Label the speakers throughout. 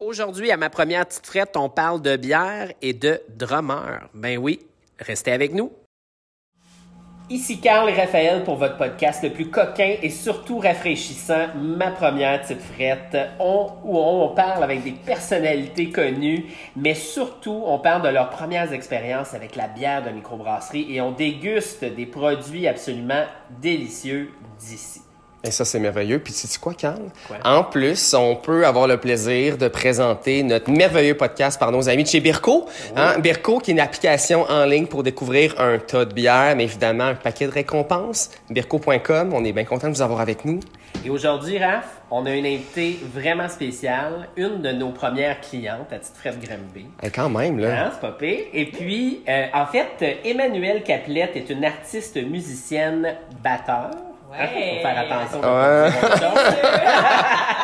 Speaker 1: Aujourd'hui, à ma première petite frette, on parle de bière et de drummer. Ben oui, restez avec nous. Ici Carl et Raphaël pour votre podcast le plus coquin et surtout rafraîchissant, ma première petite frette. On, où on, on parle avec des personnalités connues, mais surtout on parle de leurs premières expériences avec la bière de microbrasserie et on déguste des produits absolument délicieux d'ici.
Speaker 2: Et ça, c'est merveilleux. Puis, sais-tu quoi, Carl? En plus, on peut avoir le plaisir de présenter notre merveilleux podcast par nos amis de chez Birko. Hein? Birko, qui est une application en ligne pour découvrir un tas de bières, mais évidemment, un paquet de récompenses. Birko.com, on est bien content de vous avoir avec nous.
Speaker 1: Et aujourd'hui, Raph, on a une invitée vraiment spéciale, une de nos premières clientes, la petite Fred Grimby.
Speaker 2: Et quand même, là.
Speaker 1: Hein, c'est pas pire. Et puis, euh, en fait, euh, Emmanuelle Caplette est une artiste musicienne batteur. Hein,
Speaker 3: Ouais.
Speaker 1: Faut faire attention. quand
Speaker 2: Ouais.
Speaker 1: on dit autre chose.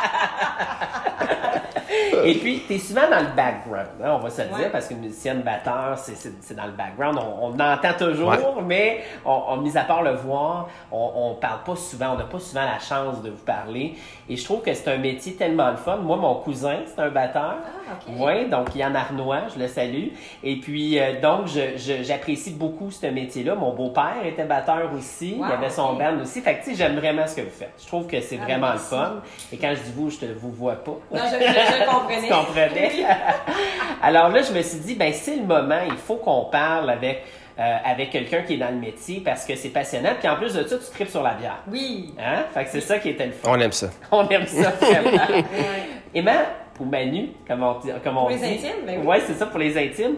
Speaker 1: Et puis, t'es souvent dans le background, hein, on va se le
Speaker 3: Ouais.
Speaker 1: dire, parce qu'une musicienne batteur, c'est- c'est c'est dans le background. On, on entend toujours, mais on, on- mis à part le voir, on, on parle pas souvent, on n'a pas souvent la chance de vous parler. Et je trouve que c'est un métier tellement le fun. Moi, mon cousin, c'est un batteur.
Speaker 3: Ah, ok.
Speaker 1: Oui, donc Yann Arnois, je le salue. Et puis, euh, donc, je- je- j'apprécie beaucoup ce métier-là. Mon beau-père était batteur aussi.
Speaker 3: Wow,
Speaker 1: Il avait son
Speaker 3: ok.
Speaker 1: band aussi. Fait que, tu sais, j'aime vraiment ce que vous faites. Je trouve que c'est
Speaker 3: Ah,
Speaker 1: vraiment le
Speaker 3: merci.
Speaker 1: fun. Et quand je dis vous, je te vous vois pas.
Speaker 3: Non, je, je, je
Speaker 1: Tu
Speaker 3: comprenais.
Speaker 1: comprenais? Alors là, je me suis dit, ben c'est le moment, il faut qu'on parle avec, euh, avec quelqu'un qui est dans le métier parce que c'est passionnant. Puis en plus de ça, tu tripes sur la bière.
Speaker 3: Oui.
Speaker 1: Hein? Fait que c'est ça qui était le fun.
Speaker 2: On aime ça.
Speaker 1: On aime ça vraiment.
Speaker 3: Ouais.
Speaker 1: Emma, ou Manu, comme on, dit- comme on
Speaker 3: les
Speaker 1: dit.
Speaker 3: intimes, ben oui.
Speaker 1: Ouais, c'est ça, pour les intimes.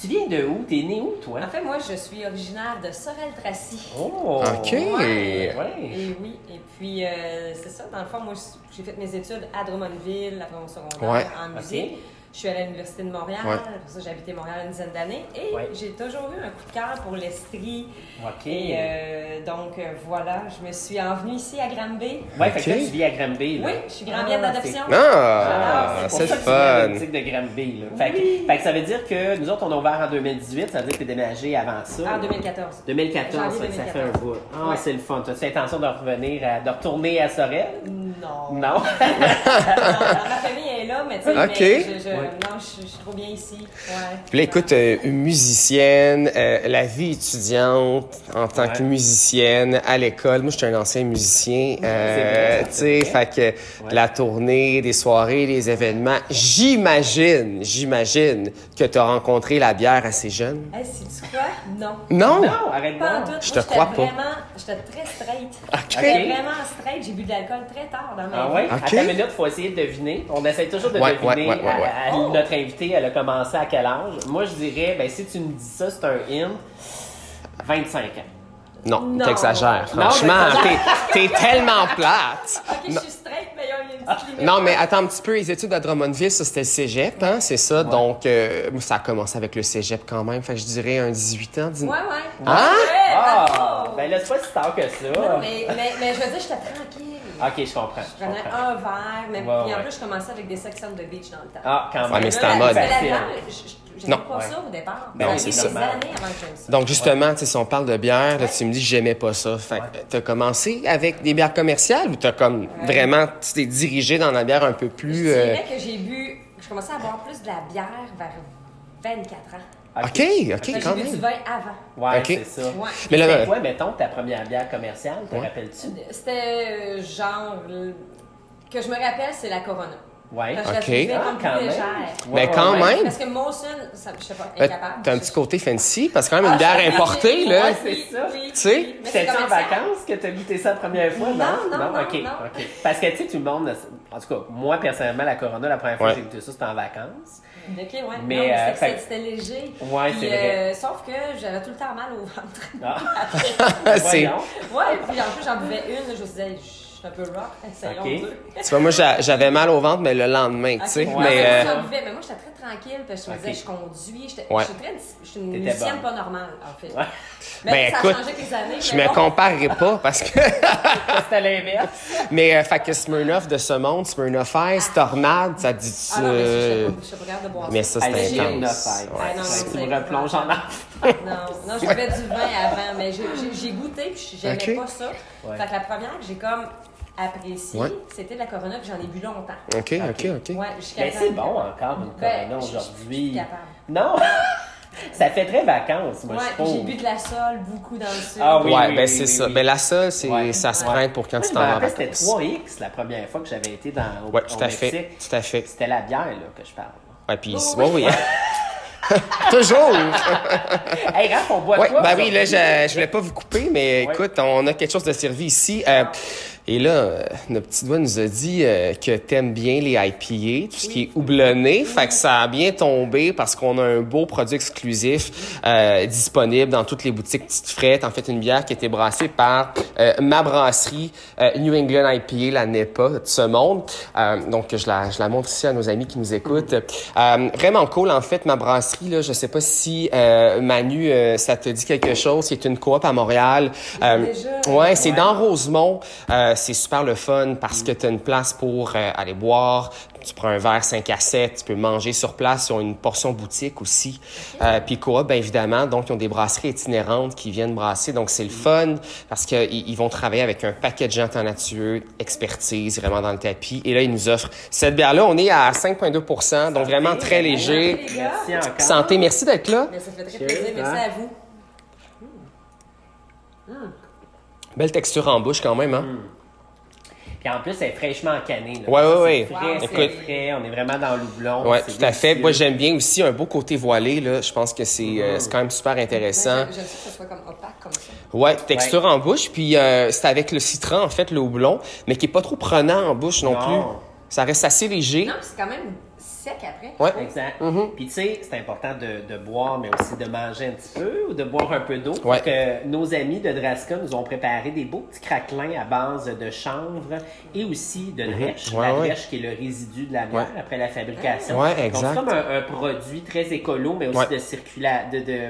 Speaker 1: Tu viens de où? T'es né où, toi?
Speaker 3: En fait, moi, je suis originaire de Sorel-Tracy.
Speaker 1: Oh!
Speaker 2: OK.
Speaker 1: Ouais. Ouais.
Speaker 3: Et oui, et puis euh, c'est ça, dans le fond, moi je- j'ai fait mes études à Drummondville, après mon secondaire,
Speaker 2: Ouais.
Speaker 3: en
Speaker 1: OK.
Speaker 3: musique. Je suis allée à l'Université de Montréal,
Speaker 2: Ouais.
Speaker 3: pour ça j'ai habité Montréal une dizaine d'années, et
Speaker 1: Ouais.
Speaker 3: j'ai toujours eu un coup de cœur pour l'Estrie.
Speaker 1: OK.
Speaker 3: Et euh, donc euh, voilà, je me suis envenue ici à Granby.
Speaker 1: Ouais, fait que
Speaker 2: OK.
Speaker 1: toi, tu vis à Granby, là.
Speaker 3: Oui, je suis grandienne
Speaker 1: Ah,
Speaker 3: d'adoption.
Speaker 2: Ah,
Speaker 3: Ah,
Speaker 1: c'est
Speaker 2: c'est
Speaker 1: pour
Speaker 2: le
Speaker 1: ça que tu viens de
Speaker 2: fun.
Speaker 1: boutique de Granby, là. Fait, que- fait que ça veut dire que nous autres, on a ouvert en 2018, ça veut dire que t'es déménagé avant ça.
Speaker 3: En 2014.
Speaker 1: 2014,
Speaker 3: Janvier
Speaker 1: fait que ça fait un bout. Ah,
Speaker 3: Ouais.
Speaker 1: c'est le fun. T'as-tu l'intention de revenir, à- de retourner à Sorel?
Speaker 3: Non.
Speaker 1: Non.
Speaker 3: Non, Euh, ma famille est là, mais tu sais,
Speaker 2: Ok.
Speaker 3: mais je, je-
Speaker 1: Ouais.
Speaker 3: non, je, je suis trop bien ici. Ouais.
Speaker 2: Puis là, écoute, euh, une musicienne, euh, la vie étudiante en tant que
Speaker 1: Ouais.
Speaker 2: musicienne à l'école. Moi, j'étais un ancien musicien.
Speaker 1: c'est
Speaker 2: euh,
Speaker 1: vrai,
Speaker 2: Tu
Speaker 1: ça,
Speaker 2: sais,
Speaker 1: c'est vrai.
Speaker 2: fait que la tournée, des soirées, des événements. J'imagine, j'imagine que tu as rencontré la bière assez jeune.
Speaker 3: Hey, c'est tu quoi? Non.
Speaker 2: Non!
Speaker 1: Non, arrête
Speaker 3: Pas
Speaker 1: pas.
Speaker 3: en tout. Moi,
Speaker 2: Je te
Speaker 3: j'étais
Speaker 2: crois pas.
Speaker 3: Vraiment, j'étais très straight.
Speaker 1: Ok.
Speaker 3: J'étais vraiment straight. J'ai bu de l'alcool très tard dans ma
Speaker 1: Ah
Speaker 3: vie.
Speaker 1: ouais?
Speaker 2: Ok.
Speaker 1: À ta minute, faut essayer de deviner. On essaie toujours de
Speaker 2: Ouais,
Speaker 1: deviner.
Speaker 2: ouais, ouais, ouais, ouais.
Speaker 1: à- à-
Speaker 3: Oh!
Speaker 1: Notre invitée, elle a commencé à quel âge? Moi, je dirais, ben, si tu me dis ça, c'est un hint. 25 ans.
Speaker 2: Non,
Speaker 3: Non.
Speaker 2: t'exagères.
Speaker 1: Non,
Speaker 2: Franchement, t'es t'es tellement plate.
Speaker 3: Ok, je suis straight, mais il y a
Speaker 1: Ah.
Speaker 3: une petite limite.
Speaker 2: Non, mais attends un petit peu. Les études à Drummondville, ça, c'était le cégep, hein, c'est ça? Donc, euh, moi, ça a commencé avec le cégep quand même. Fait que je dirais un 18 ans, 19
Speaker 3: Ouais, ouais.
Speaker 2: Hein?
Speaker 3: Ouais,
Speaker 1: Ah!
Speaker 3: bravo.
Speaker 1: Ben là, c'est pas si tard que ça.
Speaker 3: Non, mais, mais, mais je veux dire, j'étais tranquille.
Speaker 1: Ah, Ok, je comprends.
Speaker 3: Je
Speaker 1: Je
Speaker 3: prenais
Speaker 1: comprends.
Speaker 3: un verre, mais
Speaker 1: Ouais,
Speaker 3: puis en
Speaker 1: ouais.
Speaker 3: plus, je commençais avec des sections de beach dans le temps.
Speaker 1: Ah, quand même.
Speaker 2: mais c'est en
Speaker 3: Là,
Speaker 2: mode.
Speaker 3: parce que
Speaker 1: Facile.
Speaker 3: là-dedans, je- je- j'aimais
Speaker 2: Non.
Speaker 3: pas
Speaker 1: Ouais.
Speaker 3: ça au départ.
Speaker 1: Ben
Speaker 3: ça
Speaker 1: oui,
Speaker 3: a
Speaker 1: c'est
Speaker 3: mis des
Speaker 1: normal.
Speaker 3: années avant que j'aime ça.
Speaker 2: Donc, justement, tu sais, si on parle de bière, là, tu me dis, j'aimais pas ça. Fait que t'as commencé avec des bières commerciales ou t'as comme vraiment, tu t'es dirigé dans la bière un peu
Speaker 3: Je
Speaker 2: plus. euh,
Speaker 3: dirais que j'ai bu, je commençais à boire plus de la bière vers 24 ans.
Speaker 2: euh, OK, OK,
Speaker 3: Fait que
Speaker 2: quand
Speaker 3: J'ai bu du
Speaker 2: même.
Speaker 3: vin avant.
Speaker 1: Ouais,
Speaker 2: Ok.
Speaker 1: c'est ça.
Speaker 3: Ouais.
Speaker 2: Mais
Speaker 1: C'était
Speaker 2: là, euh,
Speaker 1: quoi, mettons, ta première bière commerciale? Te
Speaker 2: Ouais.
Speaker 1: rappelles-tu?
Speaker 3: C'était euh, genre. euh, Que je me rappelle, c'est la Corona.
Speaker 1: Ouais.
Speaker 3: Parce
Speaker 1: Ah,
Speaker 3: que
Speaker 2: Ok.
Speaker 3: je la trouvais comme plus légère.
Speaker 2: Mais
Speaker 1: Ouais,
Speaker 2: Ben, quand
Speaker 1: ouais,
Speaker 2: même.
Speaker 3: Parce que Molson, ça, je sais pas,
Speaker 2: euh,
Speaker 3: incapable. Ah,
Speaker 2: t'as un petit côté fancy parce que quand même, une bière importée, là.
Speaker 1: Ouais, c'est ça.
Speaker 3: Tu
Speaker 2: sais,
Speaker 1: C'était-tu en vacances que tu as goûté ça la première fois?
Speaker 3: Non, non, non,
Speaker 1: OK,
Speaker 3: non.
Speaker 1: OK. Parce que, tu sais, tout le monde... En tout cas, moi, personnellement, la Corona, la première fois
Speaker 2: Ouais.
Speaker 1: que j'ai goûté ça, c'était en vacances.
Speaker 3: Ok, ouais.
Speaker 1: Mais,
Speaker 3: Mais,
Speaker 1: euh,
Speaker 3: c'était
Speaker 1: fait-
Speaker 3: c'était léger.
Speaker 1: Ouais,
Speaker 3: Puis,
Speaker 1: c'est vrai.
Speaker 3: euh, sauf que j'avais tout le temps mal au ventre.
Speaker 1: Ah.
Speaker 2: C'est-
Speaker 1: Voyons.
Speaker 3: ouais, puis en plus, j'en buvais une, je me disais, je suis un peu rock, essayons
Speaker 1: Ok.
Speaker 3: deux.
Speaker 2: Tu vois, moi, j'a- j'avais mal au ventre, mais le lendemain, tu sais.
Speaker 3: Ok.
Speaker 1: Ouais.
Speaker 2: Mais.
Speaker 3: Moi,
Speaker 2: euh,
Speaker 3: j'en buvais, mais moi, j'étais très tranquille parce que je me disais,
Speaker 1: Ok.
Speaker 3: je conduis. J'étais
Speaker 2: Ouais.
Speaker 3: je suis très- je suis une
Speaker 1: T'étais
Speaker 3: musicienne
Speaker 1: bonne.
Speaker 3: pas normale, en fait.
Speaker 1: Ouais.
Speaker 3: Mais
Speaker 2: Ben,
Speaker 3: ça
Speaker 2: écoute,
Speaker 3: a changé avec les années.
Speaker 2: Je
Speaker 3: mais
Speaker 2: me
Speaker 3: bon.
Speaker 2: comparerai pas parce que.
Speaker 1: Ah, C'était l'inverse.
Speaker 2: mais, euh, fait que Smirnoff de ce monde, Smirnoff Ice, Tornade, ça te dit
Speaker 3: Ah
Speaker 2: tu
Speaker 3: non, mais ça,
Speaker 1: euh,
Speaker 3: je suis pas capable de boire
Speaker 2: Mais
Speaker 3: ça.
Speaker 2: ça, c'est
Speaker 3: Allez,
Speaker 2: intense.
Speaker 1: Smirnoff Ice.
Speaker 2: Ouais.
Speaker 3: Ah, non,
Speaker 1: Ça
Speaker 3: c'est-
Speaker 1: me replonge en arrière.
Speaker 3: Non, non, je buvais du vin avant, mais j'ai- j'ai j'ai goûté puis j'aimais
Speaker 2: Ok.
Speaker 3: pas ça.
Speaker 1: Ouais.
Speaker 3: Fait que la première que j'ai comme apprécié,
Speaker 2: Ouais.
Speaker 3: c'était de la Corona que j'en ai bu longtemps.
Speaker 2: OK, OK, OK.
Speaker 3: Ouais, jusqu'à
Speaker 1: Mais
Speaker 3: temps-
Speaker 1: c'est bon encore une
Speaker 3: Ben,
Speaker 1: Corona
Speaker 3: je- je- je suis plus
Speaker 1: aujourd'hui.
Speaker 3: capable.
Speaker 1: Non! ça fait très vacances, moi,
Speaker 3: Ouais,
Speaker 1: je
Speaker 3: j'ai
Speaker 1: trouve.
Speaker 3: bu de la sol beaucoup dans le sud.
Speaker 1: Ah oui.
Speaker 2: ouais, ben c'est
Speaker 1: oui,
Speaker 2: ça.
Speaker 1: oui.
Speaker 2: Ben la seule, c'est
Speaker 1: Ouais.
Speaker 2: ça se
Speaker 1: Ouais.
Speaker 2: prête pour quand
Speaker 1: Moi,
Speaker 2: tu
Speaker 1: je
Speaker 2: t'en
Speaker 1: me
Speaker 2: vas en
Speaker 1: rappelle, c'était
Speaker 2: vacances.
Speaker 1: 3X la première fois que j'avais été dans, au,
Speaker 2: Ouais,
Speaker 1: au
Speaker 2: tout à fait,
Speaker 1: Mexique.
Speaker 2: tout à fait.
Speaker 1: C'était la bière là, que je parle.
Speaker 2: Ouais, puis
Speaker 3: Oui,
Speaker 2: ouais, oui. Toujours.
Speaker 1: hey, Raph, on boit
Speaker 2: Ouais,
Speaker 1: quoi?
Speaker 2: ben oui,
Speaker 1: aujourd'hui?
Speaker 2: là, je, je voulais pas vous couper, mais
Speaker 1: Ouais.
Speaker 2: écoute, on a quelque chose de servi ici. Euh, et là, euh, notre petit doigt nous a dit euh, que t'aimes bien les IPA, tout ce qui est houblonné. Fait que ça a bien tombé parce qu'on a un beau produit exclusif euh, disponible dans toutes les boutiques Petites Frettes. En fait, une bière qui a été brassée par euh, ma brasserie euh, New England IPA, la NEPA de ce monde. Euh, donc, je la, je la montre ici à nos amis qui nous écoutent. Euh, vraiment cool, en fait, ma brasserie, là, je sais pas si euh, Manu, euh, ça te dit quelque chose, c'est une coop à Montréal. Euh,
Speaker 3: Déjà.
Speaker 2: ouais, c'est dans Rosemont. Euh, c'est super le fun parce que tu as une place pour euh, aller boire. Tu prends un verre 5 à 7, tu peux manger sur place. Ils ont une portion boutique aussi. Euh, Puis Coop, bien évidemment, donc ils ont des brasseries itinérantes qui viennent brasser. Donc c'est le fun parce qu'ils vont travailler avec un paquet de gens talentueux, expertise, vraiment dans le tapis. Et là, ils nous offrent cette bière-là. On est à 5,2 donc vraiment très léger.
Speaker 3: Merci, les gars.
Speaker 1: Merci encore.
Speaker 2: Santé, merci d'être là.
Speaker 3: Mais ça fait très
Speaker 1: Cheers,
Speaker 3: plaisir. Merci
Speaker 1: hein.
Speaker 3: à vous.
Speaker 2: Belle texture en bouche quand même, hein?
Speaker 1: Puis en plus, elle est fraîchement cannée. Là.
Speaker 2: Ouais, ouais, ouais.
Speaker 1: C'est frais,
Speaker 3: Wow,
Speaker 1: c'est
Speaker 2: Écoute.
Speaker 1: frais. On est vraiment dans le houblon.
Speaker 2: Ouais,
Speaker 1: Ah, c'est
Speaker 2: tout à fait.
Speaker 1: délicieux.
Speaker 2: Moi, j'aime bien aussi un beau côté voilé. Là. Je pense que c'est euh, c'est quand même super intéressant.
Speaker 3: J'aime ça que ce soit comme opaque comme ça.
Speaker 2: Ouais, texture en bouche. Puis euh, c'est avec le citron, en fait, le houblon, mais qui est pas trop prenant en bouche non,
Speaker 1: Non.
Speaker 2: plus. Ça reste assez léger.
Speaker 3: Non, puis c'est quand même sec après.
Speaker 2: Ouais.
Speaker 1: Exact.
Speaker 2: Mm-hmm.
Speaker 1: Puis tu sais, c'est important de, de boire, mais aussi de manger un petit peu ou de boire un peu d'eau.
Speaker 2: Ouais.
Speaker 1: Parce que nos amis de Draska nous ont préparé des beaux petits craquelins à base de chanvre et aussi de drèche.
Speaker 2: Mm-hmm. Ouais,
Speaker 1: la
Speaker 2: ouais.
Speaker 1: drèche qui est le résidu de la bière
Speaker 2: Ouais.
Speaker 1: après la fabrication.
Speaker 2: Ouais,
Speaker 1: Donc,
Speaker 2: exact.
Speaker 1: c'est comme un, un produit très écolo, mais aussi
Speaker 2: Ouais.
Speaker 1: de circulaire. De, de...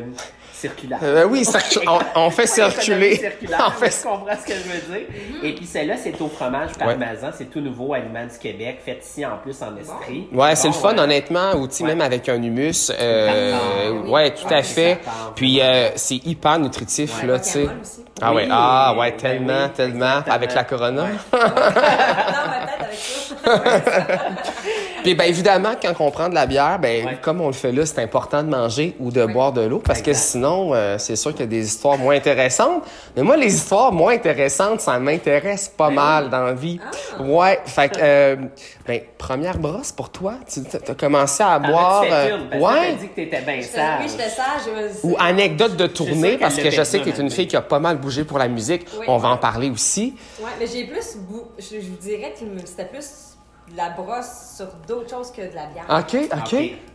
Speaker 1: Circulaire.
Speaker 2: Euh, oui, circu- on, on fait
Speaker 1: Économie
Speaker 2: circuler.
Speaker 1: circulaire,
Speaker 2: On fait
Speaker 1: Tu comprends ce que je veux dire? Et puis celle-là, c'est au fromage parmesan. C'est tout nouveau aliment du Québec, fait ici en plus en Estrie.
Speaker 2: Ouais, c'est
Speaker 1: Bon,
Speaker 2: le fun,
Speaker 1: ouais.
Speaker 2: honnêtement, ou tu sais,
Speaker 1: Ouais.
Speaker 2: même avec un humus. Euh,
Speaker 1: Tartare, oui.
Speaker 2: ouais, tout
Speaker 1: Ouais,
Speaker 2: à fait.
Speaker 1: c'est tartare.
Speaker 2: Puis euh, c'est hyper nutritif,
Speaker 1: Ouais.
Speaker 2: là, tu sais.
Speaker 3: Guacamole aussi.
Speaker 2: Ah ouais,
Speaker 1: Oui,
Speaker 2: ah ouais,
Speaker 1: ben
Speaker 2: tellement,
Speaker 1: oui,
Speaker 2: tellement. Avec la corona.
Speaker 3: non, mais peut-être avec ça.
Speaker 2: Puis bien évidemment, quand on prend de la bière, ben
Speaker 1: Ouais.
Speaker 2: comme on le fait là, c'est important de manger ou de boire de l'eau parce que
Speaker 1: Exact.
Speaker 2: sinon, euh, c'est sûr qu'il y a des histoires moins intéressantes. Mais moi, les histoires moins intéressantes, ça m'intéresse
Speaker 1: Ben
Speaker 2: pas mal dans la vie.
Speaker 1: Ah.
Speaker 2: Ouais, fait que euh, ben, première brosse pour toi, tu as commencé à
Speaker 1: T'en
Speaker 2: boire.
Speaker 1: as-tu fait
Speaker 2: euh,
Speaker 1: une? Parce que
Speaker 2: ouais.
Speaker 1: t'as dit que t'étais bien
Speaker 3: J'étais-
Speaker 1: sage.
Speaker 3: Oui, j'étais sage. je me-
Speaker 2: Ou anecdote de
Speaker 1: Je suis
Speaker 2: tournée
Speaker 1: sûre
Speaker 2: parce
Speaker 1: qu'elle
Speaker 2: que
Speaker 1: l'a
Speaker 2: je
Speaker 1: fait
Speaker 2: sais que tu es une
Speaker 1: maintenant.
Speaker 2: fille qui a pas mal bougé pour la musique.
Speaker 3: Oui.
Speaker 2: On va en parler aussi.
Speaker 3: Ouais, mais j'ai plus. bou- Je, je vous dirais que me- c'était plus de la brosse sur d'autres choses que de la bière.
Speaker 2: OK, OK.
Speaker 1: Ah, ok.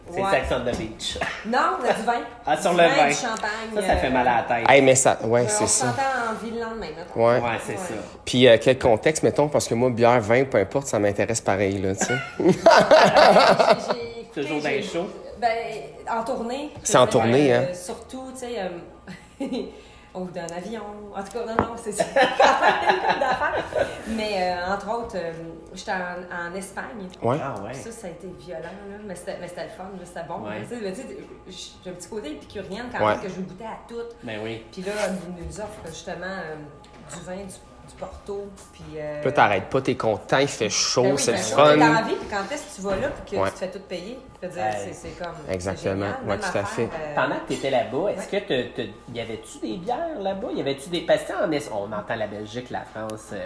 Speaker 1: C'est
Speaker 3: Ouais.
Speaker 1: Sex on the Beach.
Speaker 3: Non, on a du vin.
Speaker 1: Ah, sur
Speaker 3: Du
Speaker 1: le vin.
Speaker 3: Du champagne.
Speaker 1: Ça, ça fait
Speaker 3: euh,
Speaker 1: mal à la tête.
Speaker 2: Hey, mais ça, ouais,
Speaker 3: euh,
Speaker 2: c'est
Speaker 3: on
Speaker 2: ça.
Speaker 3: s'entend en ville le lendemain, mettons.
Speaker 2: Ouais.
Speaker 1: Ouais, c'est
Speaker 3: Ouais.
Speaker 1: ça.
Speaker 2: Puis euh, quel contexte, mettons, parce que moi, bière, vin, peu importe, ça m'intéresse pareil, là, tu sais.
Speaker 3: J'ai écouté,
Speaker 1: Toujours dans
Speaker 3: j'ai-
Speaker 1: les shows?
Speaker 3: Ben, en tournée. je
Speaker 2: C'est en
Speaker 3: dirais,
Speaker 2: tournée,
Speaker 3: euh,
Speaker 2: hein.
Speaker 3: Surtout, tu sais, euh, on vous donne un avion. En tout cas, non, non, c'est ça. d'affaires. Mais euh, entre autres, euh, j'étais en, en Espagne.
Speaker 2: Ouais.
Speaker 1: Ah ouais.
Speaker 3: Ça, ça a été violent, là. Mais c'était mais c'était le fun, là, c'était bon.
Speaker 1: Ouais.
Speaker 3: là, tu sais, mais tu sais, j- J'ai un petit côté épicurienne quand
Speaker 2: Ouais.
Speaker 3: même que je goûtais à toutes.
Speaker 1: Ben oui.
Speaker 3: Puis là, ils nous offrent justement euh, du vin, du, du porto, puis... euh,
Speaker 2: Là, t'arrêtes pas, t'es content, il fait chaud,
Speaker 3: ben oui,
Speaker 2: c'est le
Speaker 3: ben, on est dans la
Speaker 2: fun.
Speaker 3: vie, puis quand est-ce que tu vas là, puis que
Speaker 2: Ouais.
Speaker 3: tu te fais tout payer? Je veux dire,
Speaker 1: Ouais.
Speaker 3: c'est- c'est comme.
Speaker 2: Exactement.
Speaker 3: c'est génial.
Speaker 2: Ouais,
Speaker 3: Même
Speaker 2: tout à
Speaker 3: affaire,
Speaker 2: fait.
Speaker 3: euh,
Speaker 1: Pendant que tu étais là-bas, est-ce que te- te- y avait-tu des bières là-bas? Y avait-tu des. Parce que en Est- on entend la Belgique, la France, euh,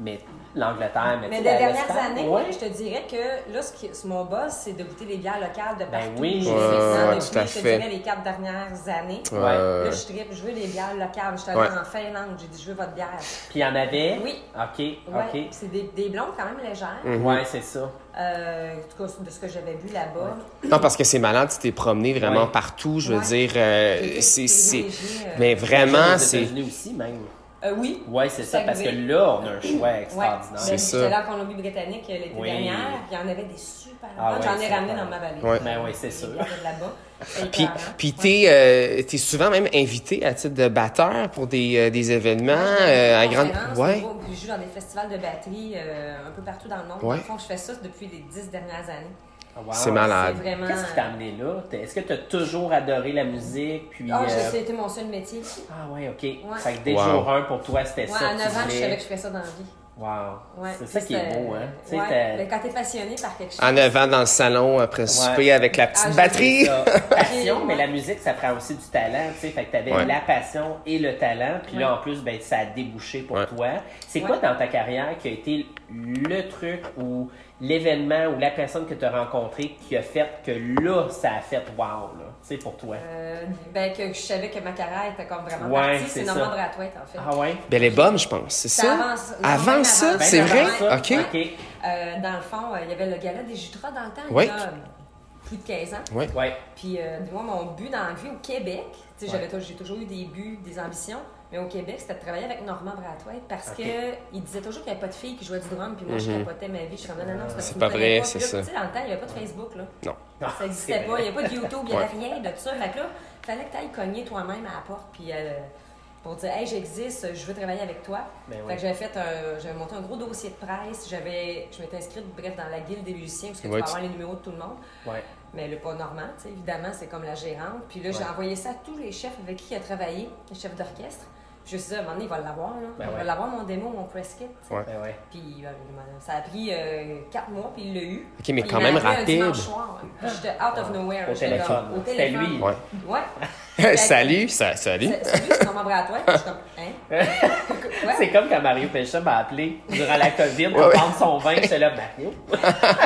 Speaker 1: mais l'Angleterre, mais,
Speaker 3: Mais
Speaker 1: tu
Speaker 3: des
Speaker 1: sais, la-
Speaker 3: dernières
Speaker 1: l'Espagne,
Speaker 3: années,
Speaker 1: ouais.
Speaker 3: je te dirais que là, ce qui, ce- mon boss, c'est de goûter les bières locales de
Speaker 1: Ben
Speaker 3: partout.
Speaker 1: oui.
Speaker 3: J'ai
Speaker 1: Ouais,
Speaker 3: fait ça
Speaker 2: ouais,
Speaker 3: depuis,
Speaker 2: tout à
Speaker 3: je te
Speaker 2: fait.
Speaker 3: dirais, les quatre dernières années.
Speaker 2: Ouais.
Speaker 3: Là, je tripe, je veux les bières locales. Je suis allée
Speaker 2: Ouais.
Speaker 3: en Finlande, j'ai dit, je veux votre bière.
Speaker 1: Puis y en avait?
Speaker 3: Oui.
Speaker 1: OK,
Speaker 3: Ouais,
Speaker 1: OK.
Speaker 3: puis c'est des, des blondes quand même légères.
Speaker 2: Mhm.
Speaker 1: Ouais, c'est ça.
Speaker 3: Euh, en tout cas, de ce que j'avais bu là-bas.
Speaker 2: Non, parce que c'est malade, tu t'es promené vraiment
Speaker 1: Ouais.
Speaker 2: partout, je veux
Speaker 3: Ouais.
Speaker 2: dire, euh,
Speaker 3: J'ai été
Speaker 2: c'est... c'est-
Speaker 3: privilégiée, euh,
Speaker 2: Mais vraiment,
Speaker 1: Aux
Speaker 2: c'est...
Speaker 1: États-Unis aussi, même.
Speaker 3: Euh, oui.
Speaker 1: Ouais, c'est ça,
Speaker 3: C'est
Speaker 1: parce que
Speaker 3: arrivé.
Speaker 1: là, on a un choix
Speaker 3: Ouais,
Speaker 1: extraordinaire.
Speaker 2: C'est
Speaker 3: c'est
Speaker 2: ça.
Speaker 3: ça. J'étais là en Colombie-Britannique euh, l'été
Speaker 1: Oui.
Speaker 3: dernière, puis il y en avait des super
Speaker 1: Ah
Speaker 3: bonnes.
Speaker 1: ouais,
Speaker 3: J'en ai
Speaker 1: c'est
Speaker 3: ramené
Speaker 1: vrai.
Speaker 3: dans ma valise.
Speaker 2: Ouais.
Speaker 1: Ben oui, c'est sûr.
Speaker 3: Il y avait de là-bas. C'était
Speaker 2: Puis,
Speaker 3: écœurant.
Speaker 2: puis
Speaker 3: Ouais.
Speaker 2: t'es, euh, t'es souvent même invité à titre de batteur pour des, euh, des événements euh, à grande...
Speaker 3: Conférences,
Speaker 2: Ouais.
Speaker 3: au niveau- puis Je joue dans des festivals de batterie euh, un peu partout dans le monde.
Speaker 2: Ouais.
Speaker 3: Dans le fond, je fais ça depuis les dix dernières années.
Speaker 1: Ah, Wow.
Speaker 2: C'est malade.
Speaker 3: C'est vraiment.
Speaker 1: Qu'est-ce qui t'a amené là? T'es- Est-ce que t'as toujours adoré la musique? Puis,
Speaker 3: Ah,
Speaker 1: euh,
Speaker 3: j'ai- c'était mon seul métier.
Speaker 1: ah ouais, ok. Fait que dès
Speaker 2: Wow.
Speaker 1: jour 1, pour toi, c'était
Speaker 3: Moi,
Speaker 1: ça.
Speaker 3: à
Speaker 1: que
Speaker 3: 9
Speaker 1: tu
Speaker 3: ans, je
Speaker 1: voulais.
Speaker 3: savais que je fais ça dans la vie.
Speaker 1: Wow.
Speaker 3: Ouais,
Speaker 1: c'est ça qui est
Speaker 3: euh,
Speaker 1: beau, hein? Tu sais,
Speaker 3: ouais, ben,
Speaker 1: t'as-
Speaker 3: mais quand t'es passionné par quelque chose.
Speaker 2: En avant dans le salon après souper avec la petite
Speaker 3: Ah, je
Speaker 2: batterie.
Speaker 1: Ça, passion, mais la musique, ça prend aussi du talent, tu sais. Fait que t'avais
Speaker 2: Ouais.
Speaker 1: la passion et le talent, puis là,
Speaker 3: Ouais.
Speaker 1: en plus, ben, ça a débouché pour
Speaker 2: Ouais.
Speaker 1: toi. C'est quoi
Speaker 3: Ouais.
Speaker 1: dans ta carrière qui a été le truc ou l'événement ou la personne que tu as rencontrée qui a fait que là, ça a fait wow, là, tu sais, pour toi?
Speaker 3: euh, ben, que je savais que ma carrière était comme vraiment
Speaker 1: Ouais,
Speaker 3: partie.
Speaker 1: c'est
Speaker 3: C'est Normand
Speaker 1: ça.
Speaker 3: Brathwaite, en fait.
Speaker 1: Ah ouais?
Speaker 2: Ben, elle est bonne, je pense, c'est ça?
Speaker 3: avant ça. Non,
Speaker 2: Avant
Speaker 3: même
Speaker 2: ça,
Speaker 3: avant.
Speaker 2: c'est
Speaker 3: Ben,
Speaker 2: vrai?
Speaker 3: avant
Speaker 1: ça.
Speaker 2: OK.
Speaker 1: OK.
Speaker 3: Euh, dans le fond, euh, il y avait le gala des Jutras dans le temps,
Speaker 2: Oui.
Speaker 3: il y a euh, plus de 15 ans.
Speaker 2: Ouais.
Speaker 1: Ouais.
Speaker 3: Puis euh, moi, mon but dans la vie au Québec, tu sais, j'avais tou- j'ai toujours eu des buts, des ambitions, mais au Québec, c'était de travailler avec Normand Brathwaite parce
Speaker 1: Ok.
Speaker 3: qu'il disait toujours qu'il n'y avait pas de filles qui jouaient du drum, puis moi, je capotais ma vie, je suis comme, non, non, non,
Speaker 2: Mhm. C'est
Speaker 3: parce que
Speaker 2: pas
Speaker 3: tu
Speaker 2: vrai,
Speaker 3: me connais
Speaker 2: c'est
Speaker 3: Puis là,
Speaker 2: ça.
Speaker 3: Tu sais, dans le temps, il n'y avait pas de Facebook, là.
Speaker 2: Non.
Speaker 1: Ah,
Speaker 3: Ça
Speaker 1: c'est
Speaker 3: n'existait
Speaker 1: vrai.
Speaker 3: pas, il n'y avait pas de YouTube, il n'y avait
Speaker 2: Ouais.
Speaker 3: rien de ça. Fait que là, fallait que tu ailles cogner toi-même à la porte, puis euh, pour dire, hey, j'existe, je veux travailler avec toi.
Speaker 1: Ben oui.
Speaker 3: Fait que j'avais fait un- j'avais monté un gros dossier de presse, j'avais, je m'étais inscrite, bref, dans la guilde des musiciens, parce que
Speaker 2: Ouais, tu-
Speaker 3: tu peux avoir les numéros de tout le monde.
Speaker 1: Ouais.
Speaker 3: Mais le pas normand, tu sais, évidemment, c'est comme la gérante. Puis là, j'ai
Speaker 1: Ouais.
Speaker 3: envoyé ça à tous les chefs avec qui il a travaillé, les chefs d'orchestre. Puis Je me suis dit, à un moment donné, il va l'avoir, là.
Speaker 1: Ben
Speaker 3: il va
Speaker 1: ouais.
Speaker 3: l'avoir, mon démo, mon press kit.
Speaker 2: Ouais.
Speaker 1: Ben ouais.
Speaker 3: Puis euh, ça a pris euh, quatre mois, puis il l'a eu.
Speaker 2: OK, mais
Speaker 3: Puis
Speaker 2: quand
Speaker 3: il m'a
Speaker 2: même
Speaker 3: appelé un
Speaker 2: rapide.
Speaker 3: dimanche soir. Puis J'étais out of nowhere.
Speaker 1: Au
Speaker 3: J'étais
Speaker 1: téléphone.
Speaker 3: comme, au
Speaker 1: C'était
Speaker 3: téléphone.
Speaker 1: lui.
Speaker 2: Ouais.
Speaker 3: Ouais.
Speaker 2: salut, ça, salut.
Speaker 3: C'est c'est lui, c'est mon bras à toi. Puis Je suis comme, hein? Quoi?
Speaker 1: C'est comme quand Mario Pécha m'a appelé durant la COVID pour
Speaker 2: Ouais, ouais.
Speaker 1: vendre son vin. J'étais là, Mario.
Speaker 3: Ça,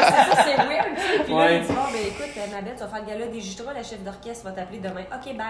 Speaker 3: c'est weird. tu sais. Puis là,
Speaker 1: Ouais.
Speaker 3: il dit, bon, ben écoute, euh, ma belle, tu vas faire le gala des Jutras, la chef d'orchestre va t'appeler demain. OK, bye.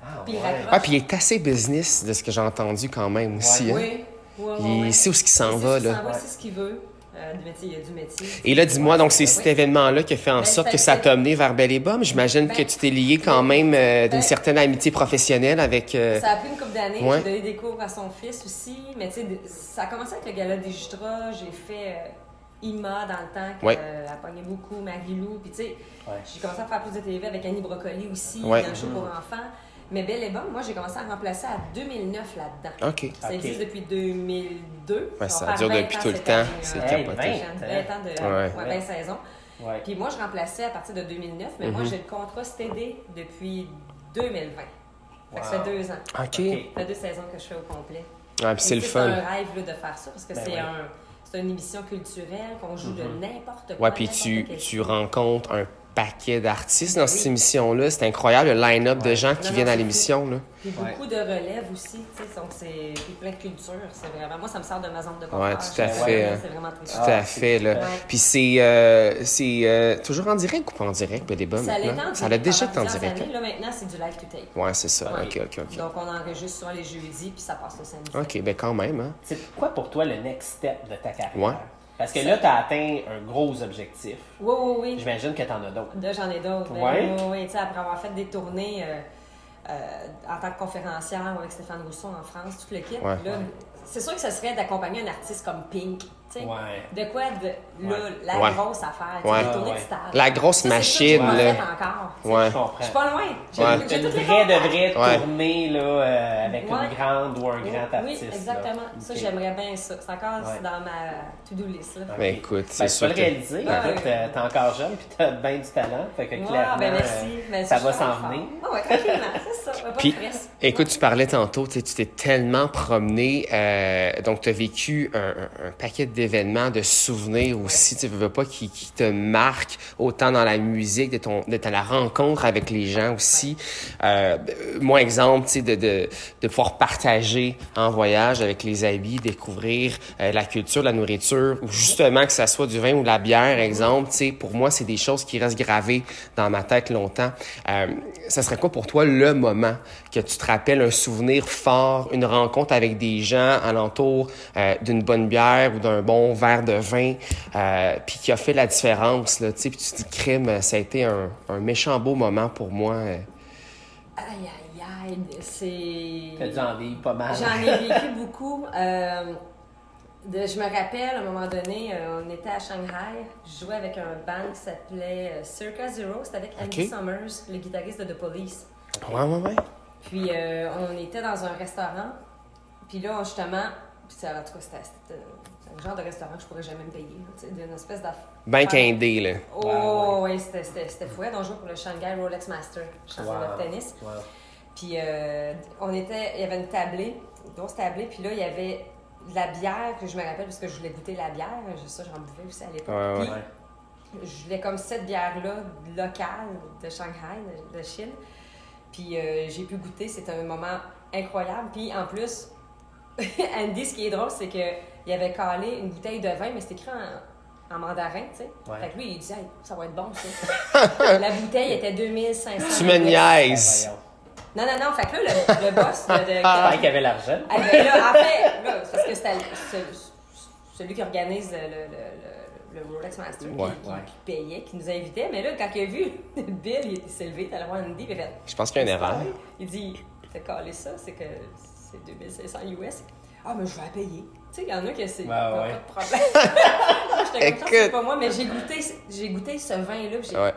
Speaker 1: Ah,
Speaker 3: Puis il
Speaker 1: ouais.
Speaker 3: raccroche.
Speaker 2: Ah, puis il est assez business de ce que j'ai entendu quand même aussi. hein.
Speaker 3: Oui, oui, oui.
Speaker 2: Il
Speaker 3: oui.
Speaker 2: sait où ce qu'il s'en
Speaker 3: Il sait
Speaker 2: va,
Speaker 3: où il
Speaker 2: là.
Speaker 3: s'en va, il sait ce qu'il veut. Euh, du métier, il y a du métier.
Speaker 2: Et là, dis-moi, donc c'est cet
Speaker 3: Oui.
Speaker 2: événement-là qui a fait en
Speaker 3: Ben,
Speaker 2: sorte
Speaker 3: ça
Speaker 2: que ça
Speaker 3: fait-
Speaker 2: t'a amené vers Belle et Bomme. J'imagine
Speaker 3: Ben,
Speaker 2: que tu t'es lié quand même euh, d'une
Speaker 3: ben,
Speaker 2: certaine amitié professionnelle avec... euh,
Speaker 3: Ça a pris une couple d'années.
Speaker 2: Ouais.
Speaker 3: J'ai donné des cours à son fils aussi. Mais tu sais, de- ça a commencé avec le gala des Jutras. J'ai fait euh, Ima dans le temps, qu'elle
Speaker 2: Ouais.
Speaker 3: pognait beaucoup, Marie-Lou. Puis tu sais,
Speaker 1: Ouais. Mm-hmm.
Speaker 3: j'ai commencé à faire plus de TV avec Annie Brocoli aussi,
Speaker 2: Ouais.
Speaker 3: dans le show pour enfants. Mais Belle et Bonne, moi, j'ai commencé à remplacer à 2009 là-dedans.
Speaker 2: OK.
Speaker 3: Ça
Speaker 1: Ok.
Speaker 3: existe depuis 2002.
Speaker 2: Ah. Ouais,
Speaker 3: va
Speaker 2: ça
Speaker 3: faire
Speaker 2: dure
Speaker 3: 20
Speaker 2: depuis
Speaker 3: ans
Speaker 2: tout le
Speaker 3: cette
Speaker 2: temps.
Speaker 3: année,
Speaker 2: C'est
Speaker 3: ouais.
Speaker 1: Hey,
Speaker 2: capoté.
Speaker 1: 20, hein?
Speaker 3: 20 ans de
Speaker 2: Ouais.
Speaker 3: ouais, 20 saisons.
Speaker 1: Ouais.
Speaker 3: Puis moi, je remplaçais à partir de 2009, mais
Speaker 2: Mm-hmm.
Speaker 3: moi, j'ai le contrat CTD depuis 2020. Fait que ça
Speaker 1: Wow.
Speaker 3: fait deux ans.
Speaker 2: OK.
Speaker 1: OK.
Speaker 3: Ça fait deux saisons que je fais au complet.
Speaker 2: Ah, puis c'est
Speaker 3: Puis
Speaker 2: le fun.
Speaker 3: C'est un rêve là, de faire ça parce que
Speaker 1: Ben
Speaker 3: c'est
Speaker 1: oui.
Speaker 3: un, c'est une émission culturelle qu'on joue de n'importe quoi.
Speaker 2: Mm-hmm. Ouais, puis tu,
Speaker 3: n'importe
Speaker 2: tu
Speaker 3: quel-
Speaker 2: rencontres un paquet d'artistes dans cette
Speaker 3: Oui.
Speaker 2: émission-là. C'est incroyable le line-up de gens qui
Speaker 3: Non, non,
Speaker 2: viennent à
Speaker 3: c'est
Speaker 2: l'émission. là.
Speaker 3: Puis
Speaker 1: Ouais.
Speaker 3: beaucoup de relèves aussi, tu sais, donc c'est puis plein de cultures. C'est vraiment, moi, ça me sort de ma zone de confort.
Speaker 2: Ouais, tout à
Speaker 3: Je-
Speaker 2: fait,
Speaker 3: ouais,
Speaker 2: hein.
Speaker 3: C'est vraiment très
Speaker 2: Tout
Speaker 1: Ah,
Speaker 2: à
Speaker 1: c'est
Speaker 2: fait. Là.
Speaker 1: super.
Speaker 2: Puis c'est euh, c'est, euh, toujours en direct ou pas en direct, Belle et Bomme,
Speaker 3: Ça l'est
Speaker 2: maintenant?
Speaker 3: en
Speaker 2: Ça l'a
Speaker 3: direct
Speaker 2: déjà été
Speaker 3: pendant
Speaker 2: en
Speaker 3: plusieurs
Speaker 2: direct.
Speaker 3: années. Là, maintenant, c'est du live to tape.
Speaker 2: Ouais, c'est ça.
Speaker 1: Ouais.
Speaker 2: OK, OK, OK.
Speaker 3: Donc, on enregistre soit les jeudis, puis ça passe le samedi.
Speaker 2: OK, ben quand même. Hein?
Speaker 1: C'est quoi pour toi le next step de ta carrière?
Speaker 2: Ouais.
Speaker 1: Parce que là, tu as atteint un gros objectif.
Speaker 3: Oui, oui, oui.
Speaker 1: J'imagine que tu en as d'autres.
Speaker 3: Là, j'en ai d'autres. Ben
Speaker 1: Ouais.
Speaker 3: oui, oui, tu sais, après avoir fait des tournées euh, euh, en tant que conférencière avec Stéphane Rousseau en France, tout le kit,
Speaker 2: Ouais.
Speaker 3: là, c'est sûr que ce serait d'accompagner un artiste comme Pink. tu sais.
Speaker 1: Ouais.
Speaker 3: De quoi de, là,
Speaker 1: Ouais.
Speaker 3: la
Speaker 2: Ouais.
Speaker 3: grosse affaire, tu
Speaker 2: Ouais.
Speaker 3: sais, les tournées
Speaker 1: Ouais.
Speaker 3: de stage.
Speaker 2: La grosse
Speaker 3: Ah. Ça, c'est sûr que je
Speaker 2: machine.
Speaker 3: m'en
Speaker 2: là.
Speaker 3: fais encore. tu sais.
Speaker 2: Ouais.
Speaker 1: Je comprends.
Speaker 3: Je suis pas loin. J'ai
Speaker 2: Ouais.
Speaker 3: j'ai
Speaker 1: Une
Speaker 3: toutes les
Speaker 1: vraie
Speaker 3: contacts.
Speaker 1: de vraie
Speaker 2: Ouais.
Speaker 1: tournée là, euh, avec
Speaker 3: Ouais.
Speaker 1: une grande ou un grand artiste.
Speaker 3: Oui,
Speaker 1: là.
Speaker 3: exactement. Ça,
Speaker 1: Ok.
Speaker 3: j'aimerais bien ça. C'est encore
Speaker 1: Ouais.
Speaker 3: dans ma to-do list. Là.
Speaker 1: Ok.
Speaker 2: Ben, écoute,
Speaker 1: Ben,
Speaker 2: c'est
Speaker 1: tu vas
Speaker 2: sûr
Speaker 1: le
Speaker 2: que-
Speaker 1: réaliser.
Speaker 3: Ouais.
Speaker 1: Écoute, euh, t'es encore jeune puis t'as bien du talent. Fait que
Speaker 3: Ouais,
Speaker 1: clairement,
Speaker 3: ben merci.
Speaker 1: euh,
Speaker 3: Ben,
Speaker 1: ça
Speaker 3: je
Speaker 1: va
Speaker 3: travaille
Speaker 1: s'en
Speaker 3: fort.
Speaker 1: venir.
Speaker 3: Ah Ouais, ouais, tranquillement, c'est ça. Ouais, Pas
Speaker 2: Puis,
Speaker 3: de stress.
Speaker 2: écoute, tu parlais tantôt, tu sais, tu t'es tellement promené, euh, donc tu as vécu un, un- un paquet d'événements, de souvenirs aussi, tu veux pas, qui, qui te marquent autant dans la musique, de, ton, de ta la rencontre avec les gens aussi. Euh, euh, moi, exemple, tu sais, de, de, de pouvoir partager en voyage avec les amis, découvrir euh, la culture, la nourriture, ou justement que ça soit du vin ou de la bière, exemple, tu sais, pour moi, c'est des choses qui restent gravées dans ma tête longtemps. Euh, ça serait quoi pour toi le moment que tu te rappelles un souvenir fort, une rencontre avec des gens alentour euh, d'une bonne bière ou d'un bon verre de vin, euh, puis qui a fait la différence, là, tu sais, puis tu te dis, crime, ça a été un, un méchant beau moment pour moi. euh.
Speaker 3: Aïe, aïe, aïe,
Speaker 1: T'as
Speaker 3: c'est...
Speaker 1: dû en vivre pas mal.
Speaker 3: J'en ai vécu beaucoup. Euh, de- je me rappelle, à un moment donné, euh, on était à Shanghai. Je jouais avec un band qui s'appelait euh, Circa Zero. C'était avec Andy
Speaker 2: Ok.
Speaker 3: Summers, le guitariste de The Police.
Speaker 2: Ouais, ouais, ouais.
Speaker 3: Puis euh, on était dans un restaurant. Puis là, justement, puis ça, en tout cas, c'était c'était, euh, un genre de restaurant que je pourrais jamais me payer. là, tu sais, D'une espèce d'affaire.
Speaker 2: Ben qu'indé, là.
Speaker 3: Oh, oui, c'était- c'était c'était fou. hein, On jouait pour le Shanghai Rolex Master, championnat de tennis.
Speaker 1: Wow.
Speaker 3: Puis euh, on était, il y avait une tablée, une grosse tablée, puis là il y avait de la bière que je me rappelle, parce que je voulais goûter la bière, je- ça, j'en buvais aussi à l'époque.
Speaker 2: Ouais, ouais.
Speaker 3: Puis, je voulais comme cette bière-là, locale, de Shanghai, de, de Chine. Puis euh, j'ai pu goûter, c'est un moment incroyable. Puis en plus, Andy, ce qui est drôle, c'est qu'il avait calé une bouteille de vin, mais c'était écrit en, en mandarin, tu sais.
Speaker 1: Ouais.
Speaker 3: Fait que lui, il disait, Hey, ça va être bon, ça. la bouteille était 2500.
Speaker 2: Tu me niaises.
Speaker 1: Ah, Voyons.
Speaker 3: Non, non, non. Fait que là, le, le boss de, de-
Speaker 1: J'espère qu'il y avait l'argent.
Speaker 3: ah, ben là, en fait, là, c'est parce que c'était le- ce- celui qui organise le, le- le- le- le Rolex Master qui-
Speaker 2: Ouais.
Speaker 3: qui,
Speaker 1: Ouais.
Speaker 3: qui payait, qui nous invitait. Mais là, quand il a vu le bill, il s'est levé, il est allé voir Andy, puis il a fait
Speaker 2: Je pense qu'il y a une
Speaker 1: Ah.
Speaker 2: erreur.
Speaker 3: Il dit T'as calé ça, c'est que c'est 2500 US. Ah, mais je vais la payer. Tu sais, il y en a que c'est
Speaker 1: Ouais,
Speaker 3: pas,
Speaker 1: ouais.
Speaker 3: pas de problème. J'étais contente, c'est
Speaker 2: Écoute.
Speaker 3: pas moi, mais j'ai goûté, ce- j'ai goûté ce vin-là, puis j'ai
Speaker 2: Ouais.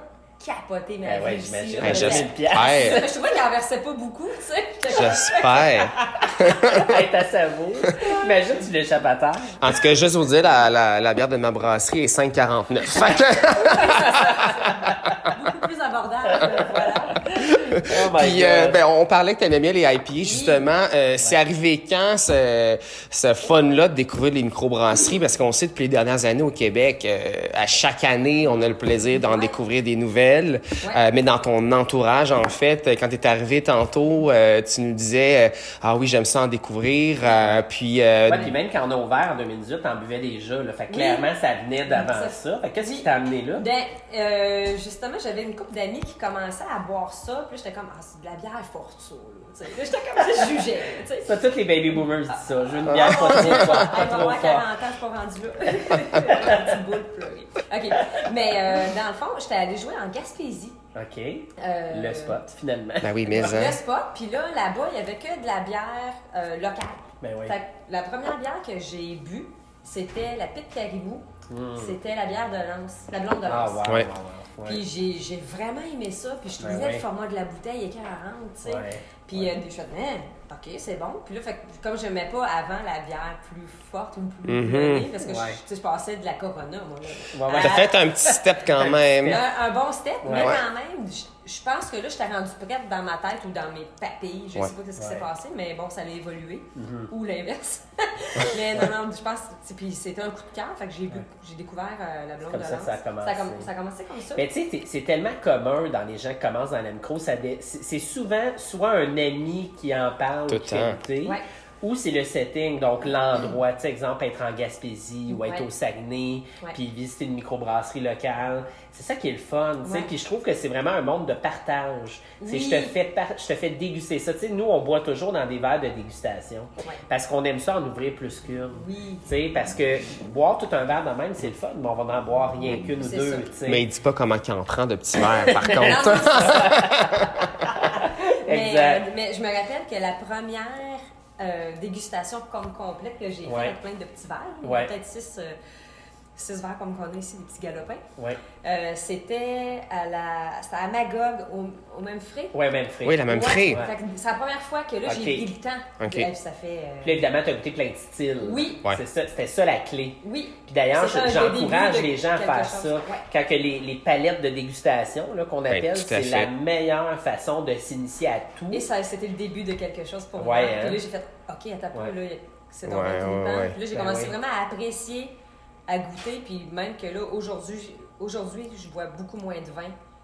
Speaker 3: capoté ma
Speaker 1: Ben
Speaker 3: vie
Speaker 1: ouais,
Speaker 3: ici,
Speaker 1: j'imagine.
Speaker 3: là.
Speaker 2: Hey,
Speaker 1: j'avais
Speaker 2: j'es-
Speaker 1: mille piastres.
Speaker 2: Hey,
Speaker 3: Je trouvais qu'il en versait pas beaucoup, tu sais. J'étais comme-
Speaker 2: J'espère. Ah.
Speaker 1: Hey, ta savoure. Imagine, tu l'échappes à terre.
Speaker 2: En tout cas, juste vous dire, la, la, la bière de ma brasserie est 5,49. Fait que-
Speaker 3: beaucoup plus abordable. euh, voilà.
Speaker 1: Oh my
Speaker 2: Puis, euh,
Speaker 1: God.
Speaker 2: ben, on parlait que t'aimais bien les IPA, justement. Euh, C'est arrivé quand, ce, ce fun-là de découvrir les microbrasseries? Parce qu'on sait, depuis les dernières années au Québec, euh, à chaque année, on a le plaisir d'en
Speaker 3: Ouais.
Speaker 2: découvrir des nouvelles.
Speaker 3: Ouais.
Speaker 2: Euh, mais dans ton entourage, en fait, euh, quand t'es arrivé tantôt, euh, tu nous disais, euh, ah oui, j'aime ça en découvrir. Euh, puis, euh,
Speaker 1: Ouais, puis même quand on a ouvert en 2018, on buvait déjà. Là. Fait que
Speaker 3: Oui.
Speaker 1: clairement, ça venait d'avant
Speaker 3: Ça-
Speaker 1: ça. Fait que qu'est-ce qui t'a amené là?
Speaker 3: Ben, euh, justement, j'avais une couple d'amis qui commençaient à boire ça. Puis là, j'étais comme, ah, c'est de la bière forte, ça. là, tu sais. Là, j'étais comme, je jugeais. tu sais.
Speaker 1: Ça, tous les baby boomers disent ça. Je veux une bière pas trop
Speaker 3: Ah,
Speaker 1: forte, pas
Speaker 3: elle va
Speaker 1: trop
Speaker 3: avoir
Speaker 1: forte.
Speaker 3: 40 ans, je suis pas rendue là. Une petite boule pleurer. OK. Mais euh, dans le fond, j'étais allée jouer en Gaspésie.
Speaker 1: OK.
Speaker 3: Euh,
Speaker 1: Le spot, finalement.
Speaker 2: Ben oui, mais... hein.
Speaker 3: Le spot. Puis là, là-bas, il n'y avait que de la bière euh, locale.
Speaker 1: Ben oui.
Speaker 3: Fait que la première bière que j'ai bu, c'était la Pit Caribou. C'était la bière de Lance, la blonde de Lance.
Speaker 1: Hmm. Ah, wow,
Speaker 2: Ouais.
Speaker 1: wow, wow, ouais.
Speaker 3: Puis j'ai- j'ai vraiment aimé ça. Puis je
Speaker 1: Ben
Speaker 3: trouvais
Speaker 1: ouais.
Speaker 3: le format de la bouteille écœurante, tu sais.
Speaker 1: Ouais,
Speaker 3: Puis
Speaker 1: ouais.
Speaker 3: euh, je me disais, OK, c'est bon. Puis là, fait, que comme je n'aimais pas avant la bière plus forte ou plus
Speaker 2: Mm-hmm.
Speaker 3: bleuée, parce que je-
Speaker 1: Ouais.
Speaker 3: tu sais, je passais de la Corona, moi. là.
Speaker 1: Ouais, ouais.
Speaker 2: T'as
Speaker 3: À-
Speaker 2: fait un petit step quand même.
Speaker 3: un, un bon step, mais
Speaker 2: Ouais.
Speaker 3: quand même, je, je pense que là, j'étais rendue prête dans ma tête ou dans mes papilles. Je
Speaker 2: Ouais.
Speaker 3: sais pas ce qui
Speaker 1: Ouais. Mm-hmm.
Speaker 3: s'est passé, mais bon, ça a évolué. Ou l'inverse. mais non, non, je pense. c'est- Puis c'était un coup de cœur, fait que j'ai bu- j'ai découvert euh, la blonde
Speaker 1: comme
Speaker 3: de
Speaker 1: ça que ça a
Speaker 3: Lance.
Speaker 1: commencé.
Speaker 3: Ça a, com- ça a commencé comme ça.
Speaker 1: Mais tu sais, c'est- c'est tellement commun dans les gens qui commencent dans l'AMCRO. ça dé- C'est c'est souvent soit un ami qui en parle,
Speaker 2: Tout
Speaker 1: qui fait
Speaker 2: le temps.
Speaker 1: goûter,
Speaker 3: Ouais.
Speaker 1: ou c'est le setting, donc l'endroit. Tu sais, exemple, être en Gaspésie ou être
Speaker 3: Ouais.
Speaker 1: au Saguenay,
Speaker 3: Ouais.
Speaker 1: puis visiter une microbrasserie locale. C'est ça qui est le fun, tu sais.
Speaker 3: Ouais.
Speaker 1: Puis je trouve que c'est vraiment un monde de partage. C'est je
Speaker 3: Oui.
Speaker 1: te fais par- je te fais déguster ça. Tu sais, nous, on boit toujours dans des verres de dégustation.
Speaker 3: Ouais.
Speaker 1: Parce qu'on aime ça en ouvrir plus qu'une.
Speaker 3: Oui.
Speaker 1: Tu sais, parce que boire tout un verre de même, c'est le fun, mais on va en boire rien qu'une ou
Speaker 3: C'est
Speaker 1: deux,
Speaker 3: ça.
Speaker 1: tu sais.
Speaker 2: Mais il dit pas comment qu'il en prend de petits verres, par
Speaker 3: Non,
Speaker 2: contre.
Speaker 3: non, c'est Mais,
Speaker 1: Exact.
Speaker 3: euh, mais je me rappelle que la première euh, dégustation comme complète que j'ai
Speaker 1: Ouais.
Speaker 3: faite, plein de petits verres, là,
Speaker 1: Ouais.
Speaker 3: peut-être six, euh, six verres comme qu'on a ici, des petits galopins,
Speaker 1: Ouais.
Speaker 3: euh, c'était à la c'était à Magog, au, au même frais.
Speaker 1: Ouais, ben, même frais.
Speaker 2: Oui, la même frais.
Speaker 1: Ouais.
Speaker 3: C'est la première fois que là,
Speaker 1: Ok.
Speaker 3: j'ai pris le temps.
Speaker 2: Ok.
Speaker 3: Et puis ça fait... euh,
Speaker 1: Puis là, évidemment, t'as goûté plein de styles.
Speaker 3: Oui.
Speaker 2: Ouais.
Speaker 1: C'est ça, c'était ça la clé.
Speaker 3: oui.
Speaker 1: Puis d'ailleurs,
Speaker 3: C'est ça,
Speaker 1: je-
Speaker 3: un beau
Speaker 1: j'encourage
Speaker 3: début de
Speaker 1: les gens à
Speaker 3: quelque
Speaker 1: faire
Speaker 3: chose.
Speaker 1: ça.
Speaker 3: Ouais.
Speaker 1: Quand que les, les palettes de dégustation là, qu'on appelle,
Speaker 2: Ben, tout à
Speaker 1: c'est la
Speaker 2: fait.
Speaker 1: meilleure façon de s'initier à tout.
Speaker 3: Et ça, c'était le début de quelque chose pour
Speaker 1: Ouais,
Speaker 3: moi.
Speaker 1: hein.
Speaker 3: Puis là, j'ai fait, OK, attends,
Speaker 1: Ouais.
Speaker 3: peu, là, c'est dans
Speaker 2: Ouais,
Speaker 3: ouais,
Speaker 2: ouais, ouais.
Speaker 3: Puis là, j'ai
Speaker 1: Ben
Speaker 3: commencé
Speaker 1: oui.
Speaker 3: vraiment à apprécier, à goûter. Puis même que là, aujourd'hui, j- aujourd'hui je bois beaucoup moins de vin.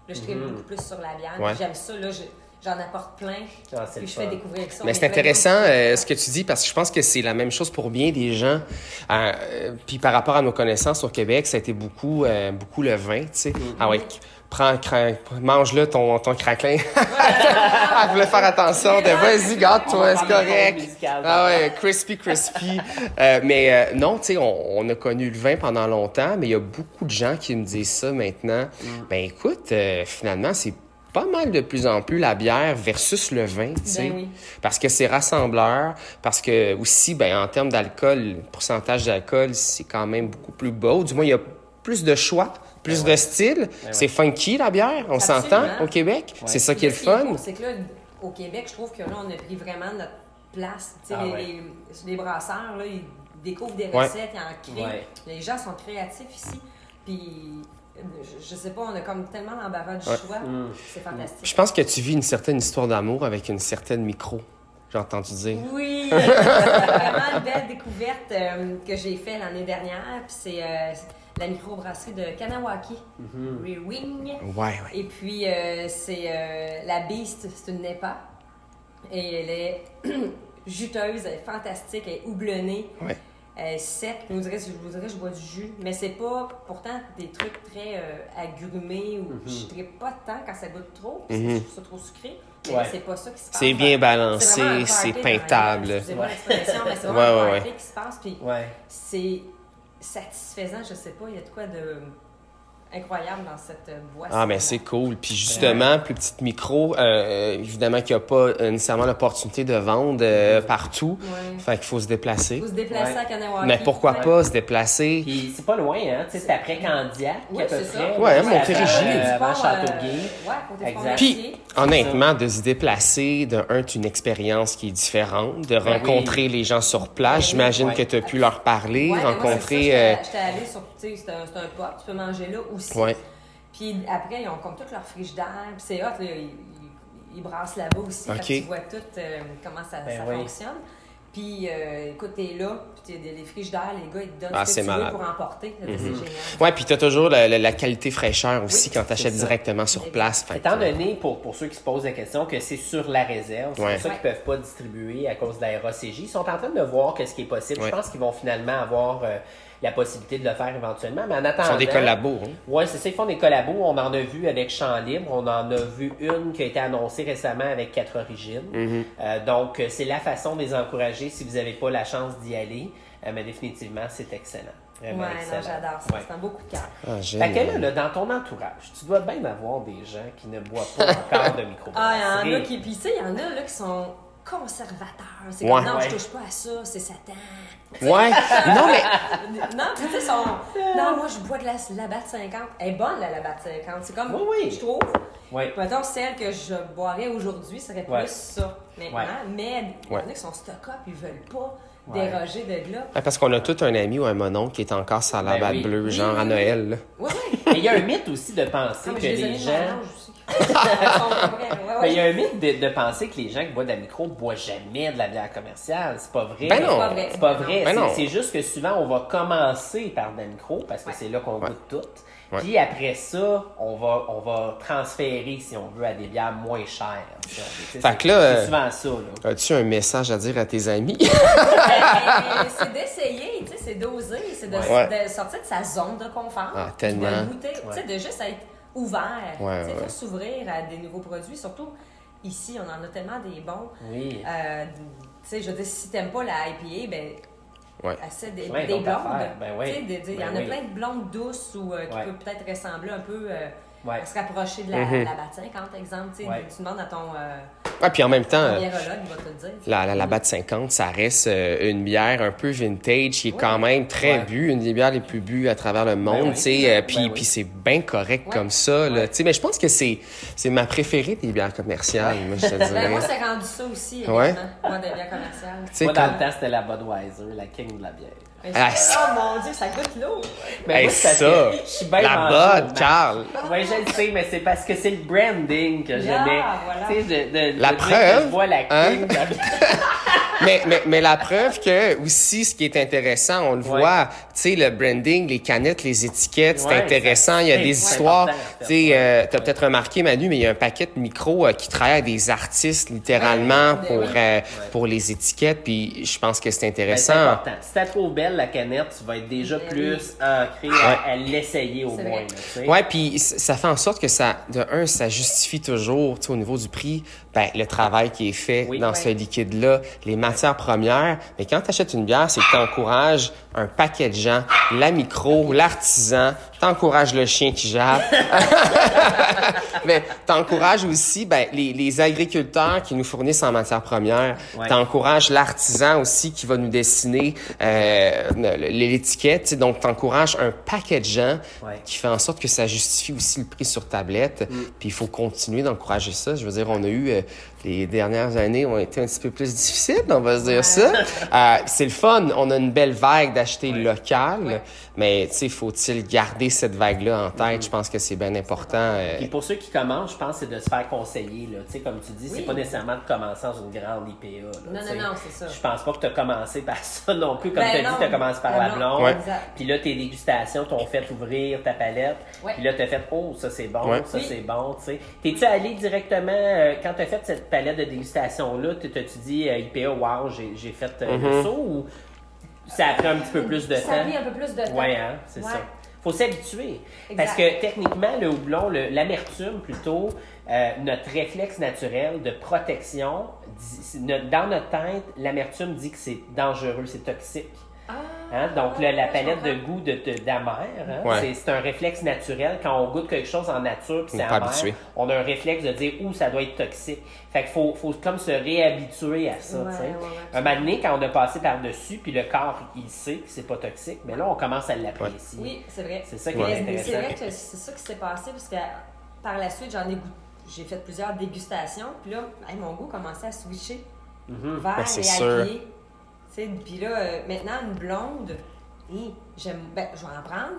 Speaker 3: Là, je traîne beaucoup plus sur la bière. Puis
Speaker 2: Ouais.
Speaker 3: J'aime ça. Là, je- j'en apporte plein.
Speaker 1: Ah, c'est
Speaker 3: puis
Speaker 1: le
Speaker 3: je fais
Speaker 1: fun.
Speaker 3: découvrir ça.
Speaker 2: Mais
Speaker 3: On
Speaker 2: c'est
Speaker 3: est plein de
Speaker 2: intéressant
Speaker 3: choses.
Speaker 2: euh, ce que tu dis parce que je pense que c'est la même chose pour bien des gens. Euh, euh, Puis par rapport à nos connaissances au Québec, ça a été beaucoup, euh, beaucoup le vin, tu sais.
Speaker 3: Mhm.
Speaker 2: Ah ouais, prends, cra- mange-le ton, ton craquelin. Elle voulait faire attention. De, Vas-y, garde-toi, c'est correct. Ah ouais, crispy, crispy. Euh, mais euh, non, tu sais, on, on a connu le vin pendant longtemps, mais il y a beaucoup de gens qui me disent ça maintenant. Ben écoute, euh, finalement, c'est pas mal de plus en plus la bière versus le vin, tu sais.
Speaker 3: Ben oui.
Speaker 2: Parce que c'est rassembleur, parce que aussi, ben, en termes d'alcool, le pourcentage d'alcool, c'est quand même beaucoup plus beau. Du moins, il y a plus de choix, plus de style. C'est funky, la bière, on
Speaker 3: Absolument.
Speaker 2: s'entend, au Québec. C'est ça qui est le
Speaker 3: Puis
Speaker 2: fun.
Speaker 3: beau, C'est que là, au Québec, je trouve que là, on a pris vraiment notre place. Tu sais,
Speaker 1: Ah
Speaker 3: les,
Speaker 1: ouais.
Speaker 3: les- les brasseurs, là, ils découvrent des
Speaker 2: Ouais.
Speaker 3: recettes, ils en créent.
Speaker 1: Ouais.
Speaker 3: Les gens sont créatifs ici. Puis, euh, je, je sais pas, on a comme tellement l'embarras du choix. C'est fantastique.
Speaker 2: Je pense que tu vis une certaine histoire d'amour avec une certaine micro. j'ai entendu dire.
Speaker 3: Oui, c'est vraiment une belle découverte euh, que j'ai faite l'année dernière. Puis c'est euh, la microbrasserie de Kanawaki, Rewing.
Speaker 2: Ouais, ouais.
Speaker 3: Et puis euh, c'est euh, la Beast, c'est une Nepa. Et elle est juteuse, elle est fantastique, elle est houblonnée.
Speaker 2: Ouais.
Speaker 3: Elle est sec, je vous dirais, je vous dirais, je bois du jus, mais c'est pas pourtant des trucs très euh, agrumés
Speaker 2: Mhm.
Speaker 3: ou je ne pas tant quand ça goûte trop, parce que je trouve ça trop sucré. Mais
Speaker 1: Ouais.
Speaker 3: C'est pas ça qui se passe.
Speaker 2: C'est bien
Speaker 3: C'est vraiment un
Speaker 2: balancé,
Speaker 3: party
Speaker 2: c'est
Speaker 3: dans la vie.
Speaker 2: peintable.
Speaker 3: Excusez-moi l'expression, mais c'est
Speaker 2: Ouais,
Speaker 3: vraiment un
Speaker 2: ouais,
Speaker 3: party qui se passe. Puis
Speaker 1: Ouais.
Speaker 3: c'est satisfaisant, je sais pas, il y a de quoi de incroyable dans cette euh, boisson.
Speaker 2: Ah, mais c'est cool. Puis justement, plus petite micro, euh, évidemment qu'il n'y a pas euh, nécessairement l'opportunité de vendre euh, partout.
Speaker 3: Ouais.
Speaker 2: Fait qu'il faut se déplacer.
Speaker 3: Faut se déplacer
Speaker 1: Ouais.
Speaker 3: à Kanawaki.
Speaker 2: Mais pourquoi
Speaker 3: Ouais.
Speaker 2: pas se déplacer?
Speaker 1: Puis c'est pas loin, hein? Tu sais, c'est après Candiac,
Speaker 3: Ouais,
Speaker 1: à peu
Speaker 3: c'est ça.
Speaker 1: près.
Speaker 2: Ouais,
Speaker 1: C'est
Speaker 2: Montérégie.
Speaker 1: avant,
Speaker 3: Du
Speaker 1: euh, avant
Speaker 3: port, euh,
Speaker 1: Châteauguay.
Speaker 3: ouais, côté
Speaker 1: Exact.
Speaker 3: Fort-Mercier.
Speaker 2: Puis, honnêtement, de se déplacer, de un, c'est une expérience qui est différente, de
Speaker 1: Ben
Speaker 2: rencontrer les gens sur place. J'imagine
Speaker 1: Ouais.
Speaker 2: que tu as pu leur parler,
Speaker 3: Ouais, mais moi, c'est
Speaker 2: rencontrer.
Speaker 3: ça,
Speaker 2: euh,
Speaker 3: J'étais j'étais allée sur, tu sais, c'est un, c'est un pub, tu peux manger là aussi.
Speaker 2: Ouais.
Speaker 3: Puis après, ils ont comme tout leur frigidaire, puis c'est hot, là, ils, ils- ils brassent là-bas aussi, fait
Speaker 2: Ok.
Speaker 3: que tu vois tout euh, comment ça,
Speaker 1: Ben
Speaker 3: ça
Speaker 1: oui.
Speaker 3: fonctionne. Puis euh, écoute, t'es là, puis t'es- les frigidaires, les gars, ils te donnent
Speaker 2: Ah,
Speaker 3: ce que
Speaker 2: c'est
Speaker 3: tu
Speaker 2: malade.
Speaker 3: veux pour emporter.
Speaker 1: Mhm.
Speaker 3: Ça, C'est génial.
Speaker 2: Ouais, puis tu as toujours la, la- la qualité fraîcheur aussi
Speaker 3: Oui,
Speaker 2: quand tu achètes
Speaker 1: c'est ça.
Speaker 2: directement sur place. Fait
Speaker 1: Étant
Speaker 2: que- euh,
Speaker 1: donné, pour, pour ceux qui se posent la question, que c'est sur la réserve, c'est
Speaker 2: Ouais.
Speaker 1: pour ça qu'ils ne peuvent pas distribuer à cause de la RACJ, ils sont en train de voir que ce qui est possible.
Speaker 2: Ouais.
Speaker 1: Je pense qu'ils vont finalement avoir euh, la possibilité de le faire éventuellement, mais en
Speaker 2: Ce
Speaker 1: attendant...
Speaker 2: sont des collabos. hein.
Speaker 1: Oui, c'est ça, ils font des collabos. On en a vu avec Champ Libre. On en a vu une qui a été annoncée récemment avec Quatre Origines.
Speaker 2: Mm-hmm.
Speaker 1: Euh, donc, euh, c'est la façon de les encourager si vous n'avez pas la chance d'y aller. Euh, mais définitivement, c'est excellent.
Speaker 3: Ouais,
Speaker 1: Vraiment
Speaker 3: non,
Speaker 1: excellent.
Speaker 3: j'adore ça.
Speaker 1: Ouais.
Speaker 3: C'est un beau coup de cœur.
Speaker 2: Ah,
Speaker 1: Fait
Speaker 2: génial.
Speaker 1: que là, là, dans ton entourage, tu dois bien avoir des gens qui ne boivent pas encore de micro
Speaker 3: Ah, il y en a qui. Puis, tu sais, il y en a là qui sont conservateurs. C'est
Speaker 2: Ouais.
Speaker 3: comme, non,
Speaker 1: Ouais.
Speaker 3: je touche pas à ça, c'est Satan.
Speaker 2: Ouais. non, mais
Speaker 3: non, puis tu sais, sont. Non, moi, je bois de la, la batte 50. Elle est bonne, la, la batte 50. C'est comme.
Speaker 1: Oui, oui.
Speaker 3: Je trouve.
Speaker 1: Ouais.
Speaker 3: Mettons, celle que je boirais aujourd'hui serait plus
Speaker 1: Ouais.
Speaker 3: ça maintenant.
Speaker 1: Ouais.
Speaker 3: Mais il y en a
Speaker 2: Ouais.
Speaker 3: qui sont stock-up, ils veulent pas
Speaker 1: Ouais.
Speaker 3: déroger de là.
Speaker 2: Ouais, parce qu'on a tout un ami ou un monon qui est encore sa
Speaker 1: Ben
Speaker 2: lavade
Speaker 1: oui.
Speaker 2: bleue,
Speaker 3: Oui,
Speaker 2: genre
Speaker 3: oui,
Speaker 2: à
Speaker 3: oui.
Speaker 2: Noël. là.
Speaker 3: Ouais, ouais.
Speaker 1: Mais il y a un mythe aussi de penser
Speaker 3: Ah,
Speaker 1: que
Speaker 3: mais j'ai des
Speaker 1: les
Speaker 3: amis de
Speaker 1: gens.
Speaker 3: mon âge aussi. Ils sont vrais, ouais, ouais.
Speaker 1: Mais il y a un mythe de, de penser que les gens qui boivent de la micro ne boivent jamais de la bière commerciale. C'est pas vrai.
Speaker 2: Ben non. C'est pas
Speaker 3: vrai.
Speaker 1: C'est pas vrai.
Speaker 2: Ben
Speaker 1: C'est-
Speaker 2: non.
Speaker 1: c'est juste que souvent, on va commencer par de la micro parce que
Speaker 3: Ouais.
Speaker 1: c'est là qu'on
Speaker 2: Ouais.
Speaker 1: goûte tout.
Speaker 2: Ouais.
Speaker 1: Puis après ça, on va, on va transférer, si on veut, à des bières moins chères. si on veut. Tu sais,
Speaker 2: Fait que
Speaker 1: c'est-
Speaker 2: là,
Speaker 1: C'est
Speaker 2: euh,
Speaker 1: souvent ça. là.
Speaker 2: As-tu un message à dire à tes amis?
Speaker 3: Mais c'est d'essayer, tu sais, c'est d'oser, c'est de,
Speaker 2: Ouais.
Speaker 3: de sortir de sa zone de confort.
Speaker 2: Ah, tellement.
Speaker 3: puis De goûter, tu sais, de juste être ouvert.
Speaker 2: Ouais,
Speaker 3: tu sais,
Speaker 2: ouais.
Speaker 3: faut s'ouvrir à des nouveaux produits, surtout ici, on en a tellement des bons.
Speaker 1: Oui.
Speaker 3: Euh, tu sais, je veux dire, si t'aimes pas la IPA, ben,
Speaker 2: Ouais.
Speaker 3: essaie des,
Speaker 1: Ouais,
Speaker 3: des
Speaker 1: d'autres
Speaker 3: blondes.
Speaker 1: affaires. Ben oui.
Speaker 3: Tu sais, des- des- il y en
Speaker 1: Ben
Speaker 3: a
Speaker 1: oui.
Speaker 3: plein de blondes douces ou euh, qui
Speaker 1: Ouais.
Speaker 3: peuvent peut-être ressembler un peu euh,
Speaker 1: Ouais.
Speaker 3: à se rapprocher de la,
Speaker 2: Mm-hmm.
Speaker 3: la Batin, quand, exemple. Tu sais,
Speaker 1: Ouais.
Speaker 3: tu demandes à ton euh,
Speaker 2: Ah, puis en même temps, euh,
Speaker 3: minérologue, il va te le dire.
Speaker 2: la, la, la Bat 50, ça reste euh, une bière un peu vintage qui est
Speaker 3: Ouais.
Speaker 2: quand même très
Speaker 1: Ouais.
Speaker 2: bue, une des bières les plus bues à travers le monde,
Speaker 1: oui.
Speaker 2: tu sais, euh,
Speaker 1: Ben
Speaker 2: puis
Speaker 1: oui.
Speaker 2: puis c'est bien correct
Speaker 3: Ouais.
Speaker 2: comme ça, là,
Speaker 1: Ouais.
Speaker 2: tu sais, mais je pense que c'est c'est ma préférée des bières commerciales, moi, je te
Speaker 3: Ben, moi,
Speaker 2: dirais.
Speaker 3: c'est rendu ça aussi, évidemment.
Speaker 2: Ouais.
Speaker 3: Moi, des bières commerciales.
Speaker 2: Tu sais,
Speaker 1: Moi, dans
Speaker 2: comme-
Speaker 1: le temps, c'était la Budweiser, la king de la bière.
Speaker 2: Ah,
Speaker 3: oh mon Dieu, ça goûte l'eau!
Speaker 1: Mais
Speaker 2: Hey,
Speaker 1: Ben, moi, c'est parce
Speaker 2: ça,
Speaker 1: que je suis bien
Speaker 2: la
Speaker 1: mangé au
Speaker 2: botte,
Speaker 1: max.
Speaker 2: Carl!
Speaker 1: Oui, je le sais, mais c'est parce que c'est le branding que
Speaker 3: Yeah,
Speaker 1: j'aimais.
Speaker 3: Ah, voilà.
Speaker 1: Tu sais, de, de,
Speaker 2: La
Speaker 1: de dire
Speaker 2: preuve,
Speaker 1: que je vois la
Speaker 2: hein?
Speaker 1: king de la bière.
Speaker 2: mais, mais, mais la preuve que aussi ce qui est intéressant, on le
Speaker 1: Ouais.
Speaker 2: voit, tu sais, le branding, les canettes, les étiquettes, c'est
Speaker 1: Ouais,
Speaker 2: intéressant.
Speaker 1: ça-
Speaker 2: Il y a
Speaker 1: c'est
Speaker 2: des
Speaker 1: important,
Speaker 2: histoires.
Speaker 1: en
Speaker 2: Tu
Speaker 1: fait.
Speaker 2: sais, euh, t'as peut-être remarqué, Manu, mais il y a un paquet de micros euh, qui travaillent à des artistes littéralement
Speaker 3: Ouais,
Speaker 2: pour
Speaker 3: ouais.
Speaker 2: euh, pour les étiquettes. Puis je pense que c'est
Speaker 1: Ben, C'est
Speaker 2: intéressant.
Speaker 1: important. Si t'as trop belle la canette, tu vas être déjà
Speaker 3: Ben
Speaker 1: plus ancré à, à l'essayer au
Speaker 3: C'est
Speaker 1: moins.
Speaker 3: vrai.
Speaker 1: là, tu sais.
Speaker 2: Ouais, puis c- ça fait en sorte que ça, de un, ça justifie toujours, tu sais, au niveau du prix, ben, le travail qui est fait
Speaker 1: Oui.
Speaker 2: dans
Speaker 1: Ouais.
Speaker 2: ce liquide-là, les matières premières. Mais quand tu achètes une bière, c'est que tu encourages un paquet de gens, la micro, l'artisan, tu encourages le chien qui jappe. Mais tu encourages aussi ben, les, les agriculteurs qui nous fournissent en matières premières.
Speaker 1: Ouais.
Speaker 2: Tu encourages l'artisan aussi qui va nous dessiner euh, le- le- l'étiquette. tu sais. Donc, tu encourages un paquet de gens
Speaker 1: Ouais.
Speaker 2: qui fait en sorte que ça justifie aussi le prix sur tablette. Puis il faut continuer d'encourager ça. Je veux dire, on a eu euh, les dernières années ont été un petit peu plus difficiles. On on va se dire ça. Euh, c'est le fun, on a une belle vague d'acheter local, mais tu sais, faut-il garder cette vague-là en tête? Je pense que Mm. c'est bien important. euh,
Speaker 1: Et pour ceux qui commencent, je pense que c'est de se faire conseiller. Là. Tu sais, Comme tu dis, c'est
Speaker 3: Oui.
Speaker 1: pas nécessairement de commencer dans une grande IPA. là,
Speaker 3: Non,
Speaker 1: tu sais.
Speaker 3: non, non, c'est ça.
Speaker 1: Je pense pas que tu as commencé par ça non plus. Comme
Speaker 3: Ben
Speaker 1: tu as dit,
Speaker 3: non.
Speaker 1: tu as commencé par
Speaker 3: Ben
Speaker 1: la
Speaker 3: non,
Speaker 1: blonde.
Speaker 2: Ouais.
Speaker 3: exact.
Speaker 1: Puis là, tes dégustations t'ont fait ouvrir ta palette.
Speaker 3: Ouais.
Speaker 1: Puis là, tu as fait Oh, ça c'est bon,
Speaker 2: Ouais.
Speaker 1: ça
Speaker 3: Oui.
Speaker 1: c'est bon. tu sais. T'es-tu allé directement, euh, quand tu as fait cette palette de dégustation-là, tu t'as-tu dit euh, IPA, wow, j'ai j'ai fait euh, le saut ou ça a pris un petit peu plus de
Speaker 3: Ça
Speaker 1: temps?
Speaker 3: a pris un peu plus de temps.
Speaker 1: Ouais, hein, c'est
Speaker 3: Ouais.
Speaker 1: ça. Faut s'habituer.
Speaker 3: Exact.
Speaker 1: Parce que techniquement, le houblon, le- l'amertume plutôt, euh, notre réflexe naturel de protection, dit- c'est- notre- dans notre tête, l'amertume dit que c'est dangereux, c'est toxique.
Speaker 3: Ah,
Speaker 1: Hein? Donc, là, la
Speaker 3: ouais,
Speaker 1: palette de
Speaker 3: je
Speaker 1: goût de, de- d'amère, hein,
Speaker 2: Ouais.
Speaker 1: c'est, c'est un réflexe naturel. Quand on goûte quelque chose en nature, puis
Speaker 2: On
Speaker 1: c'est
Speaker 2: est pas
Speaker 1: amer,
Speaker 2: habitué.
Speaker 1: on a un réflexe de dire « Ouh, ça doit être toxique ». Fait qu'il faut, faut comme se réhabituer à ça.
Speaker 3: Ouais,
Speaker 1: tu sais.
Speaker 3: ouais, ouais,
Speaker 1: un moment donné, quand on a passé par-dessus, puis le corps, il sait que c'est pas toxique, mais là, on commence à l'apprécier.
Speaker 3: Oui, c'est vrai.
Speaker 1: C'est ça qui
Speaker 2: Ouais.
Speaker 1: est
Speaker 3: Mais C'est vrai
Speaker 1: intéressant.
Speaker 3: que c'est ça qui s'est passé parce que par la suite, j'en ai goûté. J'ai fait plusieurs dégustations, puis là, hey, mon goût commençait à switcher
Speaker 1: Mhm.
Speaker 3: vers
Speaker 2: Ben, c'est
Speaker 3: et
Speaker 2: sûr.
Speaker 3: à pied. Tu sais, Puis là, euh, maintenant, une blonde, hi, j'aime, ben, je vais en prendre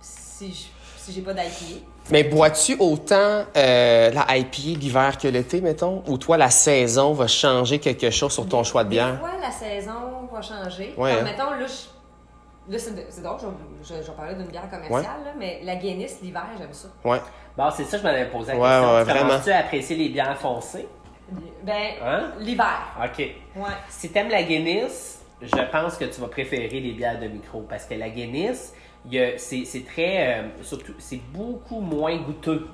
Speaker 3: si je si j'ai pas d'IPA.
Speaker 2: Mais bois-tu autant euh, la IPA l'hiver que l'été, mettons? Ou toi, la saison va changer quelque chose sur ton choix de
Speaker 3: Des
Speaker 2: bière?
Speaker 3: fois, la saison va changer.
Speaker 2: Ouais,
Speaker 3: Comme,
Speaker 2: hein.
Speaker 3: mettons, là, je- là, c'est c'est drôle, je, je, je vais parler d'une bière commerciale, là, mais la Guinness, l'hiver, j'aime ça.
Speaker 2: Ouais.
Speaker 1: Bon, c'est ça, je m'en avais posé la
Speaker 2: Ouais,
Speaker 1: question.
Speaker 2: ouais,
Speaker 1: tu commences-tu
Speaker 2: vraiment.
Speaker 1: à apprécier les bières foncées?
Speaker 3: Ben,
Speaker 1: Hein?
Speaker 3: l'hiver,
Speaker 1: OK.
Speaker 3: ouais.
Speaker 1: Si t'aimes la Guinness, je pense que tu vas préférer les bières de micro parce que la Guinness, il y a- c'est c'est très, euh, surtout, c'est beaucoup moins goûteux.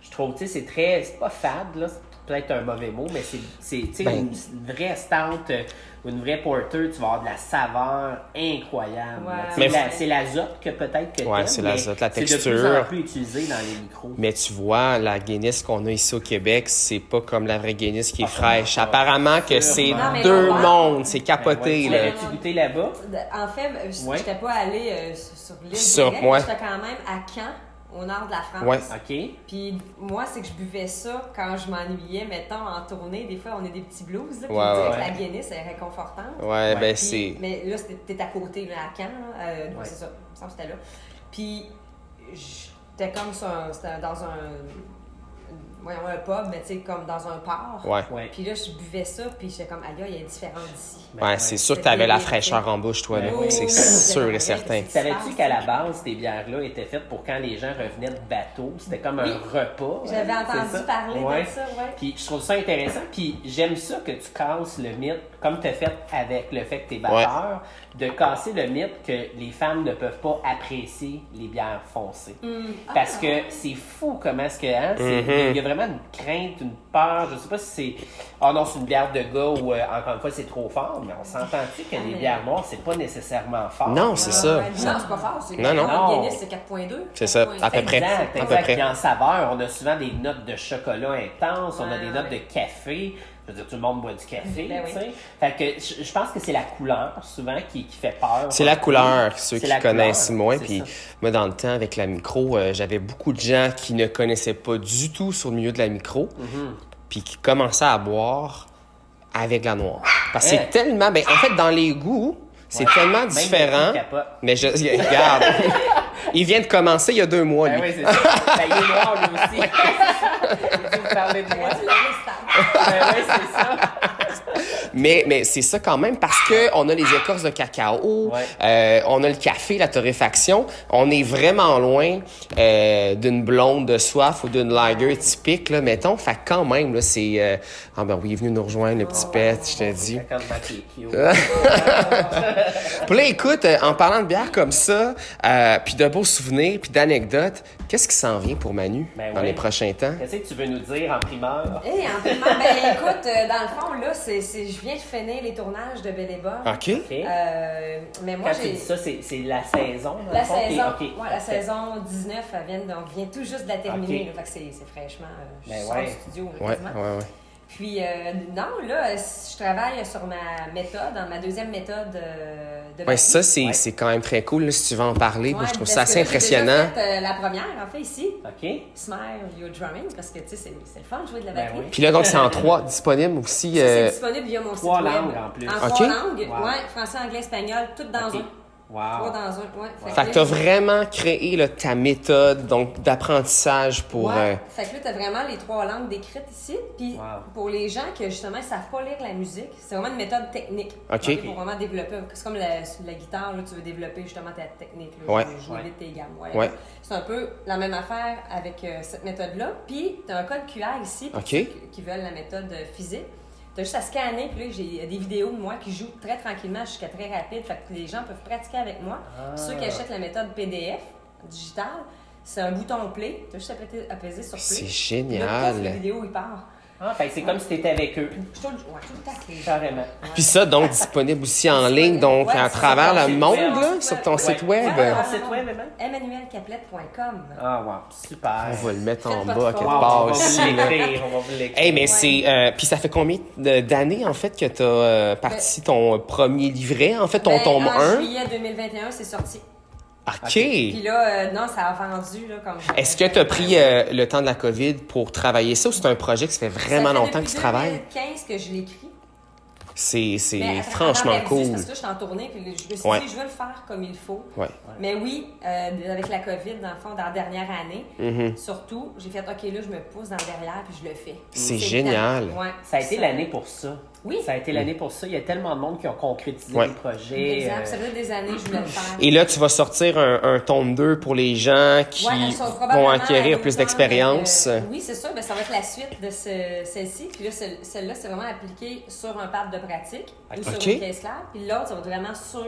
Speaker 1: Je trouve, tu sais, c'est très, c'est pas fade là, c'est peut-être un mauvais mot, mais c'est, c'est, tu sais, une,
Speaker 2: Ben.
Speaker 1: une vraie stout euh, ou une vraie porter, tu vas avoir de la saveur incroyable. là.
Speaker 3: Ouais.
Speaker 1: Tu sais,
Speaker 2: Mais-
Speaker 1: la- C'est l'azote que peut-être que
Speaker 2: Ouais,
Speaker 1: t'aimes,
Speaker 2: c'est
Speaker 1: mais
Speaker 2: l'azote, la
Speaker 1: C'est de plus en
Speaker 2: texture.
Speaker 1: plus utilisé dans les micros.
Speaker 2: Mais tu vois, la Guinness qu'on a ici au Québec, c'est pas comme la vraie Guinness qui est
Speaker 1: Ah,
Speaker 2: fraîche.
Speaker 1: non,
Speaker 2: Apparemment que
Speaker 1: sûrement.
Speaker 2: c'est
Speaker 1: Non,
Speaker 3: mais
Speaker 2: deux
Speaker 3: non, ouais.
Speaker 2: mondes, c'est capoté,
Speaker 1: Ben Ouais,
Speaker 2: là.
Speaker 1: Tu l'as-tu goûté là-bas?
Speaker 3: En fait, ben, je
Speaker 1: Ouais.
Speaker 3: n'étais pas allée euh, sur sur l'île.
Speaker 2: Sur-
Speaker 3: direct,
Speaker 2: ouais.
Speaker 3: J'étais quand même à Caen, au nord de la France.
Speaker 2: Ouais.
Speaker 1: OK.
Speaker 3: Puis moi, c'est que je buvais ça quand je m'ennuyais, mettons, en tournée. Des fois, on est des petits blues. Là, puis
Speaker 2: Ouais,
Speaker 3: on dirait
Speaker 2: ouais.
Speaker 3: que la Guinness est réconfortante.
Speaker 2: Ouais,
Speaker 1: Ouais.
Speaker 2: ben c'est...
Speaker 3: Puis- Mais là, c'était- t'es à côté, là, à Caen. là, euh,
Speaker 1: Ouais.
Speaker 3: C'est ça, il me semble que c'était là. Puis, j'étais comme sur un- c'était dans un. Voyons, un pub, mais tu sais, comme dans un port.
Speaker 2: Ouais.
Speaker 1: Ouais.
Speaker 3: Puis là, je buvais ça, puis j'étais comme, aïe, aïe, il y a différent d'ici.
Speaker 1: Ben,
Speaker 2: Ouais, c'est sûr que
Speaker 3: C'est
Speaker 2: t'avais la
Speaker 3: délicieux.
Speaker 2: fraîcheur en bouche, toi, là.
Speaker 1: Ben oui.
Speaker 2: C'est sûr et certain.
Speaker 1: Savais-tu qu'à la base, ces bières-là étaient faites pour quand les gens revenaient de bateau? C'était comme un
Speaker 3: Oui.
Speaker 1: repas.
Speaker 3: J'avais
Speaker 1: hein, c'est
Speaker 3: entendu
Speaker 1: ça?
Speaker 3: parler
Speaker 1: Ouais.
Speaker 3: de ça, ouais.
Speaker 1: Puis je trouve ça intéressant. Puis j'aime ça que tu casses le mythe, comme tu as fait avec le fait que tu es batteur, de casser le mythe que les femmes ne peuvent pas apprécier les bières foncées.
Speaker 3: Mm. Ah.
Speaker 1: Parce que c'est fou comment est-ce que. hein, c'est- Il y a vraiment une crainte, une peur. Je sais pas si c'est. Oh non, c'est une bière de gars ou euh, encore une fois c'est trop fort, mais on s'entend-tu que
Speaker 3: Ah,
Speaker 1: les bières noires, c'est pas nécessairement fort?
Speaker 2: Non, c'est ça.
Speaker 3: Ouais, Non, c'est pas fort. c'est-
Speaker 2: Non, non.
Speaker 3: La Guinness, c'est 4.2.
Speaker 2: C'est ça, à peu près.
Speaker 1: Exact,
Speaker 2: À peu
Speaker 1: exact.
Speaker 2: près.
Speaker 1: Puis en saveur, on a souvent des notes de chocolat intense, on a
Speaker 3: Ouais,
Speaker 1: des notes
Speaker 3: ouais.
Speaker 1: de café. Je veux dire, tout le monde boit du café,
Speaker 3: Ben
Speaker 1: tu
Speaker 3: oui.
Speaker 1: sais. Fait que je, je pense que c'est la couleur, souvent, qui, qui fait peur.
Speaker 2: C'est la couleur, ceux
Speaker 1: C'est
Speaker 2: qui
Speaker 1: la
Speaker 2: connaissent
Speaker 1: couleur,
Speaker 2: moins.
Speaker 1: c'est
Speaker 2: Puis
Speaker 1: ça.
Speaker 2: moi, dans le temps, avec la micro, euh, j'avais beaucoup de gens qui ne connaissaient pas du tout sur le milieu de la micro,
Speaker 1: Mm-hmm.
Speaker 2: puis qui commençaient à boire avec la noire. Parce que
Speaker 1: Hein?
Speaker 2: c'est tellement... Ben, en fait, dans les goûts, c'est
Speaker 1: Ouais.
Speaker 2: tellement
Speaker 1: Même les
Speaker 2: différent.
Speaker 1: filles capotent.
Speaker 2: Mais je... Regarde, il vient de commencer il y a deux mois,
Speaker 1: Ben
Speaker 2: lui.
Speaker 1: oui, c'est ça. Ben, il est noir, lui aussi. tu me parlais de moi.
Speaker 3: Ouais, tu l'as fait, stable.
Speaker 1: Ben oui, c'est ça.
Speaker 2: Mais, mais c'est ça quand même parce que on a les écorces de cacao,
Speaker 1: Ouais.
Speaker 2: euh, on a le café, la torréfaction. On est vraiment loin euh, d'une blonde de soif ou d'une lager typique, là, mettons. Fait que quand même, là, c'est... euh, Ah ben oui, il est venu nous rejoindre, le petit pet, je te dis.
Speaker 1: Quand le mec est cute.
Speaker 2: Puis là, écoute, euh, en parlant de bière comme ça, euh, puis de beaux souvenirs, puis d'anecdotes, qu'est-ce qui s'en vient pour Manu
Speaker 1: Ben
Speaker 2: dans
Speaker 1: oui.
Speaker 2: les prochains temps?
Speaker 1: Qu'est-ce que tu veux nous dire en primeur?
Speaker 3: Hey, en fait, ben, écoute, euh, dans le fond, là, c'est, c'est- je viens de finir les tournages de Belle et Bonne.
Speaker 2: OK.
Speaker 1: OK?
Speaker 3: Euh, mais moi,
Speaker 1: Quand tu
Speaker 3: j'ai.
Speaker 1: dis ça, c'est c'est la saison. dans
Speaker 3: La
Speaker 1: le fond, t'es-
Speaker 3: saison,
Speaker 1: OK.
Speaker 3: ouais, la saison 19, elle vient, de- on vient tout juste de la
Speaker 1: Ok.
Speaker 3: terminer. là, fait que c'est, c'est fraîchement. euh, je
Speaker 1: Ben
Speaker 3: sors
Speaker 1: ouais.
Speaker 3: du studio. là,
Speaker 2: Ouais, ouais,
Speaker 3: quasiment.
Speaker 2: ouais.
Speaker 3: Puis, euh, non, là, je travaille sur ma méthode, dans ma deuxième méthode euh, de
Speaker 2: Ouais,
Speaker 3: ma
Speaker 2: ça,
Speaker 3: vie.
Speaker 2: c'est
Speaker 1: Ouais.
Speaker 2: c'est quand même très cool, là, si tu veux en parler. Moi,
Speaker 3: Ouais,
Speaker 2: je trouve
Speaker 3: parce
Speaker 2: ça
Speaker 3: que
Speaker 2: assez
Speaker 3: j'ai déjà
Speaker 2: impressionnant.
Speaker 3: fait, euh, la première, en fait, ici.
Speaker 1: OK?
Speaker 3: Smile Your Drumming, parce que, tu sais, c'est c'est le fun de jouer de la
Speaker 1: Ben
Speaker 3: batterie.
Speaker 1: oui.
Speaker 2: Puis là, donc, c'est en trois disponible aussi.
Speaker 3: Ça,
Speaker 2: euh,
Speaker 3: C'est disponible via mon
Speaker 1: Trois
Speaker 3: site web.
Speaker 1: langues, en plus.
Speaker 3: En
Speaker 2: Ok.
Speaker 3: trois langues,
Speaker 1: Wow.
Speaker 3: ouais, français, anglais, espagnol, tout dans
Speaker 1: OK. Ah.
Speaker 3: un. Trois
Speaker 1: Wow.
Speaker 3: dans un, ouais.
Speaker 2: Fait que
Speaker 3: là,
Speaker 2: t'as vraiment créé là, ta méthode donc d'apprentissage pour...
Speaker 3: Ouais.
Speaker 2: euh,
Speaker 3: Fait que là, t'as vraiment les trois langues décrites ici. Puis
Speaker 1: Wow.
Speaker 3: pour les gens qui, justement, ne savent pas lire la musique, c'est vraiment une méthode technique.
Speaker 2: OK.
Speaker 3: Ok, Pour vraiment développer. C'est comme la, la guitare, là, tu veux développer justement ta technique, là,
Speaker 2: Ouais.
Speaker 3: jouer
Speaker 1: Ouais.
Speaker 3: vite tes gammes. ouais.
Speaker 2: Ouais.
Speaker 3: C'est un peu la même affaire avec euh, cette méthode-là. Puis t'as un code QR ici pour
Speaker 2: OK.
Speaker 3: ceux qui- qui veulent la méthode euh, physique. T'as juste à scanner, puis là, j'ai des vidéos de moi qui jouent très tranquillement jusqu'à très rapide. Fait que les gens peuvent pratiquer avec moi. Puis Ceux
Speaker 2: Ah.
Speaker 3: qui achètent la méthode PDF digitale, c'est un bouton play. T'as juste à, péter- à peser sur play.
Speaker 2: C'est
Speaker 3: Puis là, pouf, La
Speaker 2: génial.
Speaker 3: vidéo, il part.
Speaker 1: Ah, fait que c'est comme si t'étais avec eux.
Speaker 3: Je te le- ouais, tout le temps, c'est-
Speaker 1: Carrément.
Speaker 2: Puis ça, donc, disponible aussi en ligne, donc,
Speaker 3: Ouais,
Speaker 2: à
Speaker 3: sur
Speaker 2: travers
Speaker 1: ton
Speaker 2: le
Speaker 1: site
Speaker 2: monde,
Speaker 1: web.
Speaker 2: là, sur ton
Speaker 3: Ouais.
Speaker 2: site
Speaker 1: Ouais.
Speaker 2: web.
Speaker 1: Ouais.
Speaker 3: Ah,
Speaker 1: Ton site web, Emma?
Speaker 3: emmanuelcaplette.com.
Speaker 1: Ah, wow. Super.
Speaker 2: On va le mettre en
Speaker 3: Faites
Speaker 2: bas,
Speaker 3: votre
Speaker 2: à quelque
Speaker 3: forme.
Speaker 1: Wow, on
Speaker 2: part
Speaker 1: va
Speaker 2: ici.
Speaker 1: vous
Speaker 2: là.
Speaker 1: l'écrire. On va vous l'écrire.
Speaker 2: Hey, mais
Speaker 3: Ouais.
Speaker 2: c'est. euh, puis ça fait combien de- d'années, en fait, que t'as euh, parti ton euh, premier livret, en fait, ton
Speaker 3: Ben,
Speaker 2: tome
Speaker 3: en
Speaker 2: 1?
Speaker 3: juillet 2021, c'est sorti. Puis
Speaker 2: OK.
Speaker 3: là, euh, non, ça a vendu, là, comme...
Speaker 2: Est-ce que t'as pris euh, le temps de la COVID pour travailler ça ou c'est un projet que ça fait vraiment longtemps que tu travailles?
Speaker 3: Ça fait depuis 2015 que je l'écris.
Speaker 2: C'est
Speaker 3: Mais
Speaker 2: c'est
Speaker 3: à travers
Speaker 2: franchement
Speaker 3: la vue,
Speaker 2: cool.
Speaker 3: Parce que là, je suis en tournée, puis je me suis
Speaker 2: Ouais.
Speaker 3: dit, je veux le faire comme il faut.
Speaker 2: Ouais.
Speaker 3: Mais oui, euh, avec la COVID, dans le fond, dans la dernière année,
Speaker 2: Mhm.
Speaker 3: surtout, j'ai fait, OK, là, je me pousse dans le derrière, puis je le fais.
Speaker 2: C'est
Speaker 3: le
Speaker 2: génial.
Speaker 3: temps. Ouais.
Speaker 1: Ça a été l'année pour ça.
Speaker 3: Oui.
Speaker 1: Ça a été l'année pour ça. Il y a tellement de monde qui ont concrétisé
Speaker 2: Ouais.
Speaker 1: le projet.
Speaker 3: Exact.
Speaker 1: euh,
Speaker 3: Ça faisait des années que je voulais le faire.
Speaker 2: Et là, tu vas sortir un, un tome 2 pour les gens qui
Speaker 3: Ouais, elles sont
Speaker 2: vont
Speaker 3: probablement à
Speaker 2: acquérir plus
Speaker 3: l'automne,
Speaker 2: d'expérience.
Speaker 3: euh, oui, c'est ça. Ben, ça va être la suite de ce- celle-ci. Puis là, celle- celle-là, c'est vraiment appliqué sur un pape de pratique ou sur
Speaker 2: Ok.
Speaker 3: une caisse claire. Puis l'autre, ça va être vraiment sur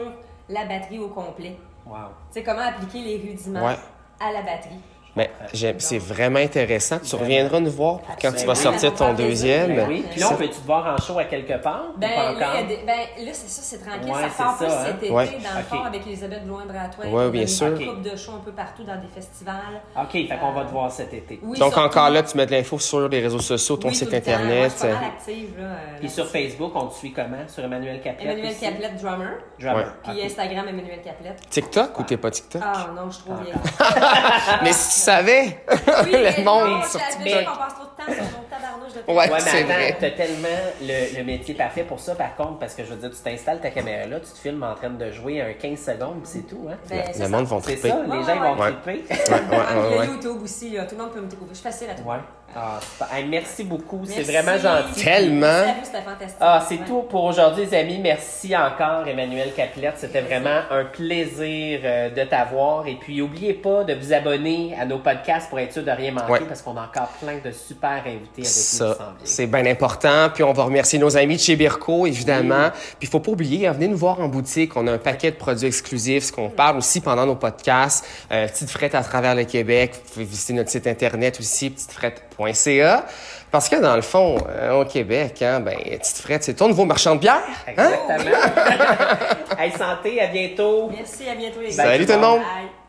Speaker 3: la batterie au complet.
Speaker 1: Wow.
Speaker 3: Tu sais, comment appliquer les rudiments
Speaker 2: Ouais.
Speaker 3: à la batterie.
Speaker 2: Mais j'aime- c'est vraiment intéressant. Tu reviendras nous voir pour quand tu vas
Speaker 1: Absolument.
Speaker 2: sortir ton
Speaker 3: Ben oui.
Speaker 2: deuxième.
Speaker 1: Ben oui. Puis là,
Speaker 2: Ça-
Speaker 1: on peut-tu te voir en show à quelque part? ou pas
Speaker 3: Ben, là, il y a
Speaker 1: encore?
Speaker 3: des- ben, là, c'est ça, c'est tranquille.
Speaker 1: Ouais,
Speaker 3: ça part
Speaker 1: c'est
Speaker 3: plus
Speaker 1: ça, hein.
Speaker 3: cet été,
Speaker 2: Ouais.
Speaker 3: dans le
Speaker 1: Ok.
Speaker 3: fond, avec Elisabeth Blouin-Bratois.
Speaker 2: Ouais, bien sûr. Ah.
Speaker 3: Une couple de shows un peu partout dans des festivals.
Speaker 1: OK, fait qu'on va te voir cet été.
Speaker 3: Oui,
Speaker 2: Donc
Speaker 3: surtout-
Speaker 2: encore là, tu mets de l'info sur les réseaux sociaux, ton
Speaker 3: oui,
Speaker 2: site
Speaker 3: tout le temps. Moi, je
Speaker 2: internet.
Speaker 3: suis pas mal active, là, euh,
Speaker 1: Puis sur Facebook, on te suit comment? Sur Emmanuel Caplette
Speaker 3: Emmanuel
Speaker 1: aussi?
Speaker 3: Caplette, drummer.
Speaker 1: Drummer.
Speaker 2: Ouais.
Speaker 3: Puis euh,
Speaker 1: Ok.
Speaker 3: Instagram, Emmanuel Caplette.
Speaker 2: TikTok ou t'es pas TikTok?
Speaker 3: Ah non, je trouve bien.
Speaker 2: Mais si tu savais, le monde sur
Speaker 3: Mais
Speaker 2: TikTok.
Speaker 3: on passe trop de temps sur nos tabarnouches de
Speaker 2: Ouais,
Speaker 1: Ouais, mais
Speaker 2: C'est vrai.
Speaker 1: attends, t'as tellement le, le métier parfait pour ça, par contre, parce que je veux dire, tu t'installes ta caméra là, tu te filmes en train de jouer un 15 secondes, puis c'est tout, hein?
Speaker 3: Ben, c'est
Speaker 2: Le
Speaker 3: ça.
Speaker 2: monde vont
Speaker 1: C'est
Speaker 2: triper.
Speaker 1: ça, les gens vont
Speaker 2: Ouais.
Speaker 1: triper.
Speaker 2: Ouais,
Speaker 3: Ah, puis
Speaker 2: ouais, ouais.
Speaker 3: le YouTube aussi, là, tout le monde peut me trouver. Je suis facile à trouver.
Speaker 1: Ouais. Ah, super. Hey, merci beaucoup, c'est
Speaker 3: Merci.
Speaker 1: vraiment gentil.
Speaker 2: Tellement.
Speaker 3: Merci à vous, c'était fantastique.
Speaker 1: Ah, c'est
Speaker 3: Ouais.
Speaker 1: tout pour aujourd'hui, les amis. Merci encore, Emmanuel Caplette. C'était vraiment un plaisir euh, de t'avoir. Et puis, n'oubliez pas de vous abonner à nos podcasts pour être sûr de rien manquer,
Speaker 2: Ouais.
Speaker 1: parce qu'on a encore plein de super invités avec nous. qui s'en
Speaker 2: Ça,
Speaker 1: viennent.
Speaker 2: c'est bien important. Puis on va remercier nos amis de chez Birko, évidemment. Puis il faut pas oublier, hein, venez nous voir en boutique. On a un paquet de produits exclusifs, ce qu'on parle aussi pendant nos podcasts. Euh, Petite Frette à travers le Québec. Vous pouvez visiter notre site internet aussi, petitefrette.ca. Parce que dans le fond, euh, au Québec, hein, ben, Petite Frette, c'est ton nouveau marchand de bière. Hein?
Speaker 1: Exactement. hey, santé, à bientôt.
Speaker 3: Merci, à bientôt les gars.
Speaker 2: Salut tout le monde.
Speaker 3: Bye.